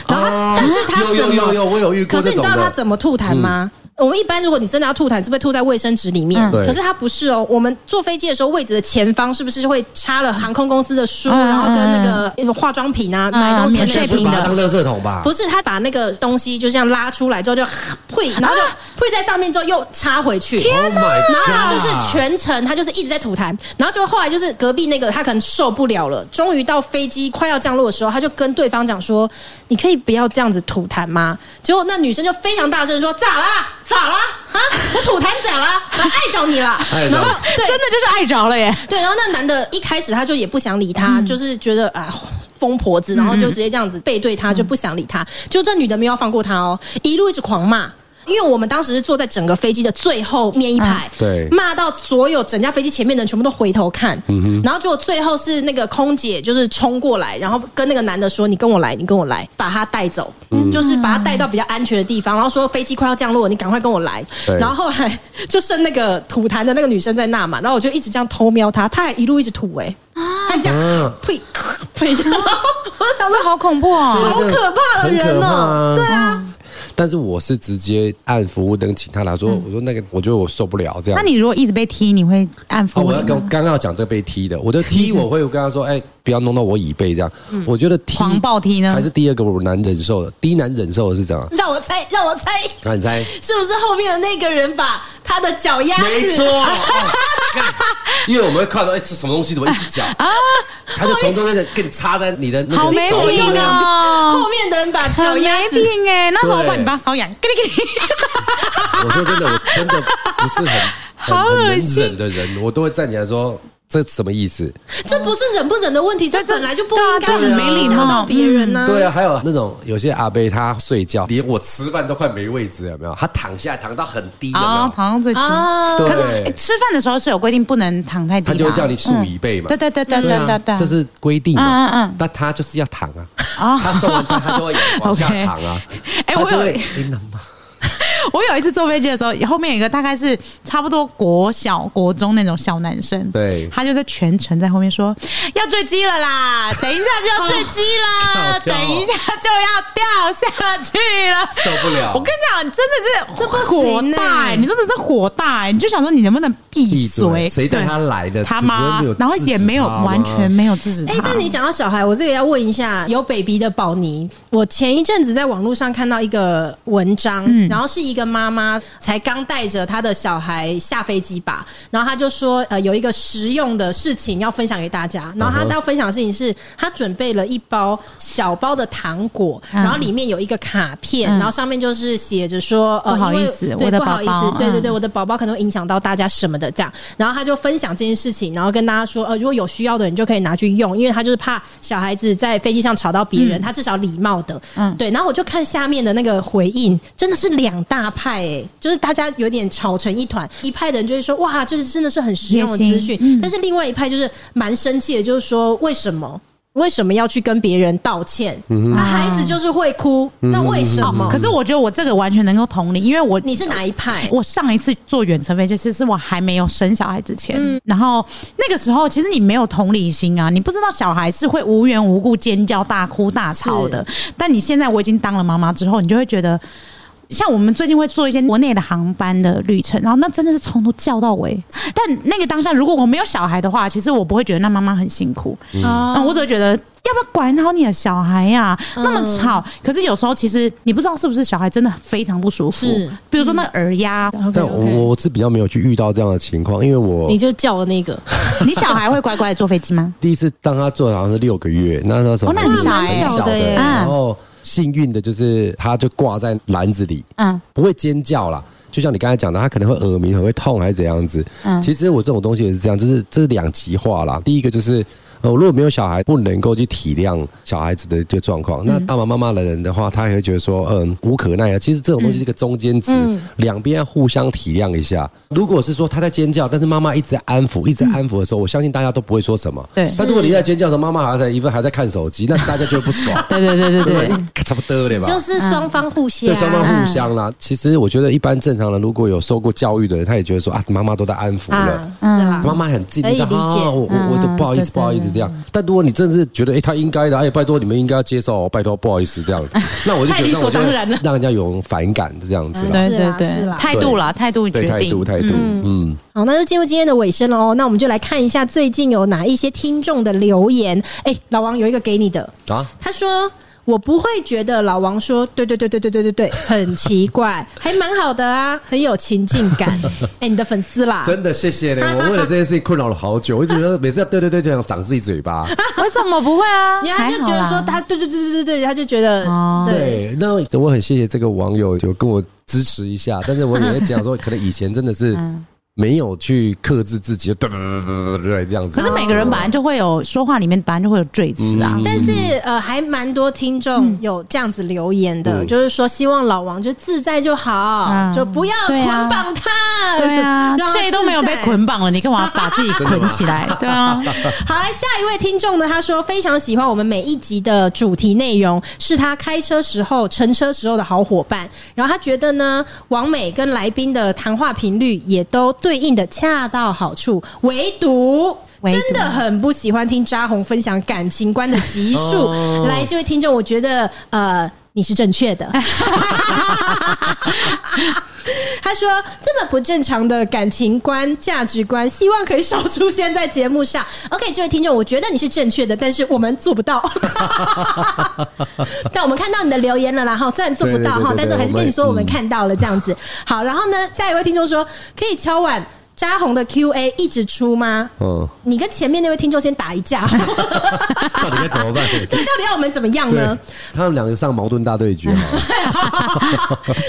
Speaker 1: 然后她、但是她
Speaker 3: 有
Speaker 1: 怎
Speaker 3: 有
Speaker 1: 么
Speaker 3: 有有，我有遇过
Speaker 1: 可
Speaker 3: 这
Speaker 1: 是你
Speaker 3: 种
Speaker 1: 知
Speaker 3: 的。嗯
Speaker 1: 道他怎么吐痰吗？我们一般如果你真的要吐痰，是不是吐在卫生纸里面？
Speaker 2: 嗯
Speaker 3: 对
Speaker 1: 可是他不是哦。我们坐飞机的时候，位置的前方是不是会插了航空公司的书，
Speaker 2: 嗯
Speaker 1: 然后跟那个化妆品啊、
Speaker 2: 嗯
Speaker 1: 买东西的
Speaker 2: 免税
Speaker 1: 那
Speaker 3: 不
Speaker 1: 个
Speaker 3: 是
Speaker 2: 品
Speaker 3: 把它
Speaker 2: 的
Speaker 3: 当垃圾桶吧？
Speaker 1: 不是，他把那个东西就这样拉出来之后就 呸，然后就
Speaker 2: 啊
Speaker 1: 呸在上面之后又插回去。
Speaker 3: 天哪！然
Speaker 1: 然后他就是全程，他就是一直在吐痰，然后就后来就是隔壁那个他可能受不了了，终于到飞机快要降落的时候，他就跟对方讲说：“你可以不要这样子吐痰吗？”结果那女生就非常大声说：“咋啦？咋啦？啊，我吐痰咋啦？啊爱着你啦！”
Speaker 3: 爱着
Speaker 1: 然后对
Speaker 2: 真的就是爱着了耶！
Speaker 1: 对，然后那男的一开始他就也不想理他，
Speaker 3: 嗯
Speaker 1: 就是觉得啊。疯婆子，然后就直接这样子背对他，就不想理他。就这女的没有放过他哦，一路一直狂骂。因为我们当时是坐在整个飞机的最后面一排，
Speaker 3: 嗯对
Speaker 1: 骂到所有整架飞机前面的人全部都回头看，
Speaker 3: 嗯
Speaker 1: 然后结果最后是那个空姐就是冲过来，然后跟那个男的说：“你跟我来，你跟我来，把他带走，
Speaker 3: 嗯
Speaker 1: 就是把他带到比较安全的地方，然后说飞机快要降落，你赶快跟我来。”
Speaker 3: 对
Speaker 1: 然后后来就剩那个吐痰的那个女生在那嘛，然后我就一直这样偷瞄她，她还一路一直吐哎、她这样
Speaker 3: 啊
Speaker 1: 呸呸， 然后我就想
Speaker 2: 这
Speaker 1: 说
Speaker 2: 好恐怖哦！
Speaker 1: 好可怕的人
Speaker 3: 很可怕
Speaker 1: 哦、
Speaker 3: 啊
Speaker 1: 对啊，
Speaker 3: 但是我是直接按服务灯请他来说，我说那个我觉得我受不了这样。
Speaker 2: 那你如果一直被踢，你会按
Speaker 3: 哦，
Speaker 2: 服
Speaker 3: 我要
Speaker 2: 你
Speaker 3: 跟
Speaker 2: 吗？
Speaker 3: 刚刚要讲这被踢的，我就踢我会跟他说，哎，不要弄到我椅背这样。我觉得踢
Speaker 2: 狂暴踢呢
Speaker 3: 还是第二个我难忍受的，第一难忍受的是怎样？
Speaker 1: 让我猜，让我猜，
Speaker 3: 那你猜？
Speaker 1: 是不是后面的那个人把他的脚压死？
Speaker 3: 没 错，哦干因为我们会看到哎，这什么东西怎么一只脚啊？他就从中间的更插在你的那个
Speaker 2: 好没
Speaker 3: 脚
Speaker 2: 品
Speaker 3: 印啊
Speaker 2: 哦
Speaker 1: 后！面的人把脚
Speaker 2: 很
Speaker 1: 压
Speaker 2: 没
Speaker 1: 死。
Speaker 2: 品哎，那怎么
Speaker 3: 对
Speaker 2: 办？你把它瘙痒，给你给你。
Speaker 3: 我说真的，我真的不是很很
Speaker 2: 好
Speaker 3: 很
Speaker 2: 恶
Speaker 3: 能
Speaker 2: 心
Speaker 3: 忍的人，我都会站起来说。这什么意思？
Speaker 1: 这不是忍不忍的问题，这本来就不应该嗯
Speaker 2: 对啊这很没礼貌
Speaker 1: 影响到别人呢。
Speaker 3: 对啊，还有那种有些阿伯他睡觉，连我吃饭都快没位置，有没有？他躺下躺到很低，有没
Speaker 2: 啊，
Speaker 3: 有？
Speaker 2: 好像最低。
Speaker 1: 啊，
Speaker 3: 对
Speaker 2: 可是、诶吃饭的时候是有规定不能躺太低吧，
Speaker 3: 啊他就会叫你竖椅背嘛
Speaker 2: 嗯对对对对
Speaker 3: 对
Speaker 2: 对
Speaker 3: 啊
Speaker 2: 对对，
Speaker 3: 这是规定嘛。
Speaker 2: 嗯嗯嗯
Speaker 3: 但他就是要躺啊，他送完餐 他就会往下
Speaker 2: OK
Speaker 3: 躺啊。
Speaker 2: 哎
Speaker 3: 他
Speaker 2: 我
Speaker 3: 就会
Speaker 2: 有
Speaker 3: 哎那么
Speaker 2: 我有一次坐飞机的时候，后面有一个大概是差不多国小、国中那种小男生，
Speaker 3: 对
Speaker 2: 他就在全程在后面说要坠机了 啦，等一下就要坠机了，
Speaker 3: 哦
Speaker 2: 等一下就要掉下去 了。
Speaker 3: 受不了
Speaker 2: 我跟你讲，你真的是
Speaker 1: 这不
Speaker 2: 火
Speaker 1: 行
Speaker 2: 大、
Speaker 1: 欸
Speaker 2: 你真的是火大、你就想说你能不能闭
Speaker 3: 闭
Speaker 2: 嘴？
Speaker 3: 嘴，谁带他来的？
Speaker 2: 对他
Speaker 3: 只不过
Speaker 2: 妈
Speaker 3: 没有，
Speaker 2: 然后
Speaker 3: 制
Speaker 2: 也
Speaker 3: 止
Speaker 2: 没有
Speaker 3: 他吗
Speaker 2: 完全没有制止他。
Speaker 1: 哎、但你讲到小孩，我这个要问一下，有 baby 的宝妮，我前一阵子在网络上看到一个文章，
Speaker 2: 嗯
Speaker 1: 然后是一个妈妈才刚带着她的小孩下飞机吧，然后她就说，呃，有一个实用的事情要分享给大家，然后
Speaker 3: 嗯
Speaker 1: 她
Speaker 3: 哼
Speaker 1: 要分享的事情是，她准备了一包小包的糖果，然后
Speaker 2: 嗯
Speaker 1: 里面有一个卡片，
Speaker 2: 嗯
Speaker 1: 然后上面就是写着说，呃，
Speaker 2: 不好
Speaker 1: 因为
Speaker 2: 意思
Speaker 1: 对，
Speaker 2: 我的
Speaker 1: 不好
Speaker 2: 宝
Speaker 1: 意思
Speaker 2: 宝，
Speaker 1: 对对对，
Speaker 2: 嗯
Speaker 1: 我的宝宝可能会影响到大家什么的这样。然后他就分享这件事情，然后跟大家说，呃，如果有需要的人就可以拿去用，因为他就是怕小孩子在飞机上吵到别人，他至少礼貌的，嗯
Speaker 2: 嗯，
Speaker 1: 对。然后我就看下面的那个回应，真的是两大派诶、就是大家有点吵成一团，一派的人就会说，哇，就是真的是很实用的
Speaker 2: 贴心
Speaker 1: 资讯，
Speaker 2: 嗯
Speaker 1: 但是另外一派就是蛮生气的，就是说为什么？为什么要去跟别人道歉？那、
Speaker 2: 嗯
Speaker 1: 孩子就是会哭，那为什么？
Speaker 2: 可是我觉得我这个完全能够同理，因为我
Speaker 1: 你是哪一派？
Speaker 2: 我上一次坐远程飞机，其实是我还没有生小孩之前。
Speaker 1: 嗯
Speaker 2: 然后那个时候，其实你没有同理心啊，你不知道小孩是会无缘无故尖叫、大哭大吵的。但你现在我已经当了妈妈之后，你就会觉得。像我们最近会做一些国内的航班的旅程，然后那真的是从头叫到尾。但那个当下，如果我没有小孩的话，其实我不会觉得那妈妈很辛苦。
Speaker 1: 哦
Speaker 2: 嗯，我只会觉得要不要管好你的小孩呀、
Speaker 1: 嗯
Speaker 2: 那么吵。可是有时候其实你不知道是不是小孩真的非常不舒服
Speaker 1: 是，嗯
Speaker 2: 比如说那耳压，
Speaker 3: 但我我我是比较没有去遇到这样的情况，因为我
Speaker 1: 你就叫了那个，
Speaker 2: 你小孩会乖乖地坐飞 机吗？
Speaker 3: 第一次当他做的好像是六个月，那那时候
Speaker 2: 哦那很小
Speaker 3: 很
Speaker 2: 欸
Speaker 1: 小
Speaker 3: 小
Speaker 1: 的
Speaker 3: 的，
Speaker 1: 耶
Speaker 3: 然后幸运的就是他就挂在篮子里，
Speaker 2: 嗯，
Speaker 3: 不会尖叫啦。就像你刚才讲的，他可能会耳鸣，很会痛还是怎样子。
Speaker 2: 嗯
Speaker 3: 其实我这种东西也是这样，就是这是两极化啦。第一个就是，呃，如果没有小孩，不能够去体谅小孩子的这状况。
Speaker 2: 嗯
Speaker 3: 那爸爸妈妈的人的话，他也会觉得说，嗯，无可奈何。其实这种东
Speaker 2: 嗯
Speaker 3: 西是一个中间值，两边要互相体谅一下。如果是说他在尖叫，但是妈妈一直在安抚，一直在安抚的时候，我相信大家都不会说什么。
Speaker 2: 嗯对。
Speaker 3: 但如果你在尖叫的时候，妈妈还在一副还在看手机，那大家就会不爽
Speaker 2: 对对对 对对，
Speaker 3: 你差不多了吧？
Speaker 1: 就是双方互相
Speaker 3: 对，双方互相啦。其实我觉得一般正常人，如果有受过教育的人，他也觉得说啊，妈妈都在安抚了。
Speaker 1: 啊，是的啦，
Speaker 3: 妈妈很尽力的，
Speaker 1: 可以理解
Speaker 3: 啊我我我都
Speaker 2: 嗯
Speaker 3: 不好意思，
Speaker 2: 对
Speaker 3: 不好意思这样。但如果你真的是觉得，哎，他应该的，哎，拜托你们应该要接受，哦拜托不好意思这样。那我就觉得，
Speaker 1: 太理
Speaker 3: 那
Speaker 1: 所
Speaker 3: 我就
Speaker 1: 当然了
Speaker 3: 会让人家有反感这样子啦。
Speaker 2: 对
Speaker 1: 是啦
Speaker 2: 对
Speaker 1: 是啦
Speaker 2: 对，态度啦，态度
Speaker 3: 对，
Speaker 2: 决
Speaker 3: 态
Speaker 2: 定。
Speaker 3: 度态度，嗯，
Speaker 1: 好，那就进入今天的尾声了哦。那我们就来看一下最近有哪一些听众的留言。哎、老王有一个给你的，
Speaker 3: 啊，
Speaker 1: 他说。我不会觉得老王说对对对对对对对对很奇怪，还蛮好的啊，很有情境感。哎、你的粉丝啦，
Speaker 3: 真的谢谢嘞，我为了这件事情困扰了好久，我一直觉得每次要对对对就想长自己嘴巴。
Speaker 2: 为什么不会啊？
Speaker 1: 因为他就觉得
Speaker 2: 还好
Speaker 1: 说
Speaker 2: 啦
Speaker 1: 他对对对对对对，他就觉得、
Speaker 2: 哦
Speaker 1: 对
Speaker 3: 对，那我很谢谢这个网友有跟我支持一下，但是我也在讲说，可能以前真的是
Speaker 2: 嗯
Speaker 3: 没有去克制自己，就对对对对对这样子。
Speaker 1: 哦
Speaker 2: 可是每个人本来就会有说话里面本来就会有赘词啊
Speaker 3: 嗯。
Speaker 1: 但是呃，还蛮多听众有这样子留言的，
Speaker 3: 嗯
Speaker 1: 就是说希望老王就自在就好，
Speaker 2: 嗯
Speaker 1: 就不要
Speaker 2: 对啊
Speaker 1: 捆绑他。
Speaker 2: 对啊
Speaker 1: 让，他
Speaker 2: 这都没有被
Speaker 1: 自
Speaker 2: 捆绑了，你干嘛把自己捆起来？对啊，
Speaker 1: 在。好来，下一位听众呢，他说非常喜欢我们每一集的主题内容，是他开车时候、乘车时候的好伙伴。然后他觉得呢，王美跟来宾的谈话频率也都对应的恰到好处，唯独。
Speaker 2: 嗯唯独
Speaker 1: 真的很不喜欢听扎红分享感情观的集 数。
Speaker 3: 哦
Speaker 1: 来，这位听众，我觉得呃。你是正确的，他说这么不正常的感情观、价值观，希望可以少出现在节目上。OK，这位听 众，我觉得你是正确的，但是我们做不 到。但我们看到你的留言了啦，哈，虽然做不到
Speaker 3: 对对对
Speaker 1: 哈，
Speaker 3: 对
Speaker 1: 但是我还是跟你说我们看到了这样子。好，然后呢，下一位听众说可以敲碗。扎红的 Q&A 一直出吗？
Speaker 3: 嗯，
Speaker 1: 你跟前面那位听众先打一架，
Speaker 3: 到底该怎么办？
Speaker 1: 对，到底要我们怎么样
Speaker 3: 对
Speaker 1: 呢？，
Speaker 3: 他们两个上矛盾大对决好了。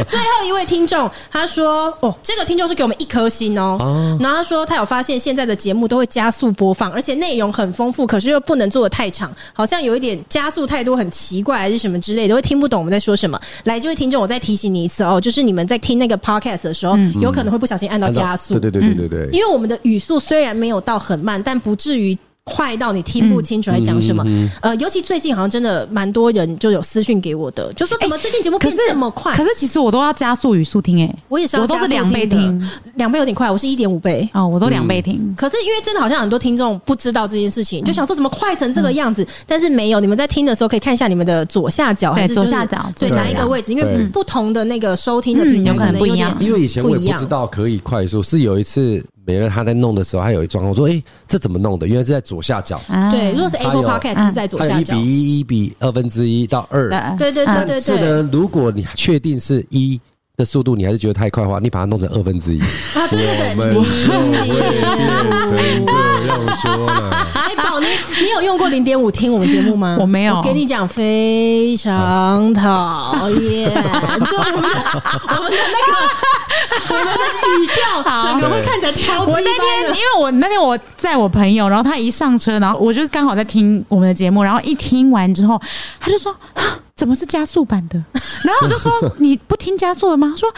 Speaker 1: 最后一位听众他说：“哦，这个听众是给我们一颗星哦。
Speaker 3: 哦
Speaker 1: 然后他说他有发现现在的节目都会加速播放，而且内容很丰富，可是又不能做的太长，好像有一点加速太多，很奇怪还是什么之类的，会听不懂我们在说什么。来，这位听众，我再提醒你一次哦，就是你们在听那个 podcast 的时候，有可能会不小心按到
Speaker 3: 按照
Speaker 1: 加速，
Speaker 3: 嗯
Speaker 1: 嗯
Speaker 3: 对对对对对
Speaker 1: 因
Speaker 3: 对，
Speaker 1: 为我们的语速虽然没有到很慢，但不至于。快到你听不清楚在讲什么、
Speaker 3: 嗯
Speaker 1: 呃，尤其最近好像真的蛮多人就有私讯给我的，
Speaker 3: 哎
Speaker 1: 就说怎么最近节目
Speaker 2: 可
Speaker 1: 变
Speaker 2: 是
Speaker 1: 这么快？
Speaker 2: 可是其实我都要加速语速听欸诶、
Speaker 1: 我也是要
Speaker 2: 我都
Speaker 1: 加
Speaker 2: 是
Speaker 1: 速
Speaker 2: 两倍
Speaker 1: 的
Speaker 2: 听，
Speaker 1: 两倍有点快，我是一点五倍。
Speaker 2: 哦，我都两倍听。
Speaker 1: 可是因为真的好像很多听众不知道这件事情，就想说怎么快成这个样子，但是没有。你们在听的时候可以看一下你们的左下角
Speaker 2: 对
Speaker 1: 还是就是
Speaker 2: 左下角
Speaker 1: 嗯对
Speaker 2: 左下
Speaker 1: 哪一个
Speaker 3: 角
Speaker 1: 位置，因为
Speaker 3: 对
Speaker 1: 不同的那个收听的频
Speaker 2: 嗯
Speaker 1: 道
Speaker 2: 有可能不
Speaker 1: 有
Speaker 2: 一样
Speaker 1: 点
Speaker 3: 因为以前我也不知
Speaker 1: 不一样。
Speaker 3: 道可以快速，是有一次美乐她在弄的时候，她有一状况，我说：“哎、这怎么弄的？”原来是在左下角，
Speaker 2: 啊
Speaker 1: 对，如果是 Apple
Speaker 3: 还有
Speaker 1: Podcast 是在左
Speaker 3: 它有
Speaker 1: 下
Speaker 3: 一
Speaker 1: 角
Speaker 3: 比。一、一比二分之一到二。
Speaker 1: 对对对对
Speaker 2: 嗯
Speaker 3: 但是呢，如果你确定是一的速度，你还是觉得太快的话，你把它弄成二分之一。
Speaker 1: 啊，对对
Speaker 3: 我
Speaker 1: 对，
Speaker 3: 们就
Speaker 1: 零
Speaker 3: 会变成这样说了。
Speaker 1: 哎，宝，你你有用过零点五听我们节目吗？
Speaker 2: 我没 有
Speaker 1: 我跟你讲，非常讨厌， 就我们的我们的那个我们的语调，
Speaker 2: 好
Speaker 1: 整个会看起来超级
Speaker 2: 我那天，因为我那天我载我朋友，然后他一上车，然后我就是刚好在听我们的节目，然后一听完之后，他就说啊，怎么是加速版 的？然后我就说你不听加速的吗？他说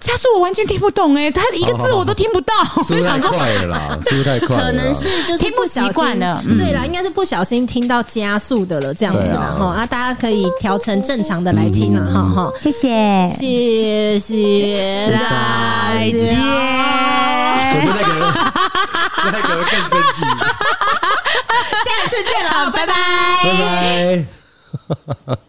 Speaker 2: 加速我完全听不懂哎、他一个字我都听不到。我
Speaker 3: 速度
Speaker 2: 就
Speaker 3: 太
Speaker 2: 想说，
Speaker 3: 快了啦，速度太快了啦。
Speaker 1: 可能是就是
Speaker 2: 听不习惯
Speaker 1: 的
Speaker 2: 了，嗯
Speaker 1: 对啦，应该是不小心听到加速的了，这样子啦
Speaker 3: 对啊
Speaker 1: 哈嗯啊，大家可以调成正常的来听啦，哈哈。
Speaker 2: 谢谢，
Speaker 1: 谢谢大
Speaker 3: 再
Speaker 1: 家，
Speaker 3: 我们那个人， 那个人更生气。
Speaker 1: 下次见了，拜拜。
Speaker 3: 拜拜。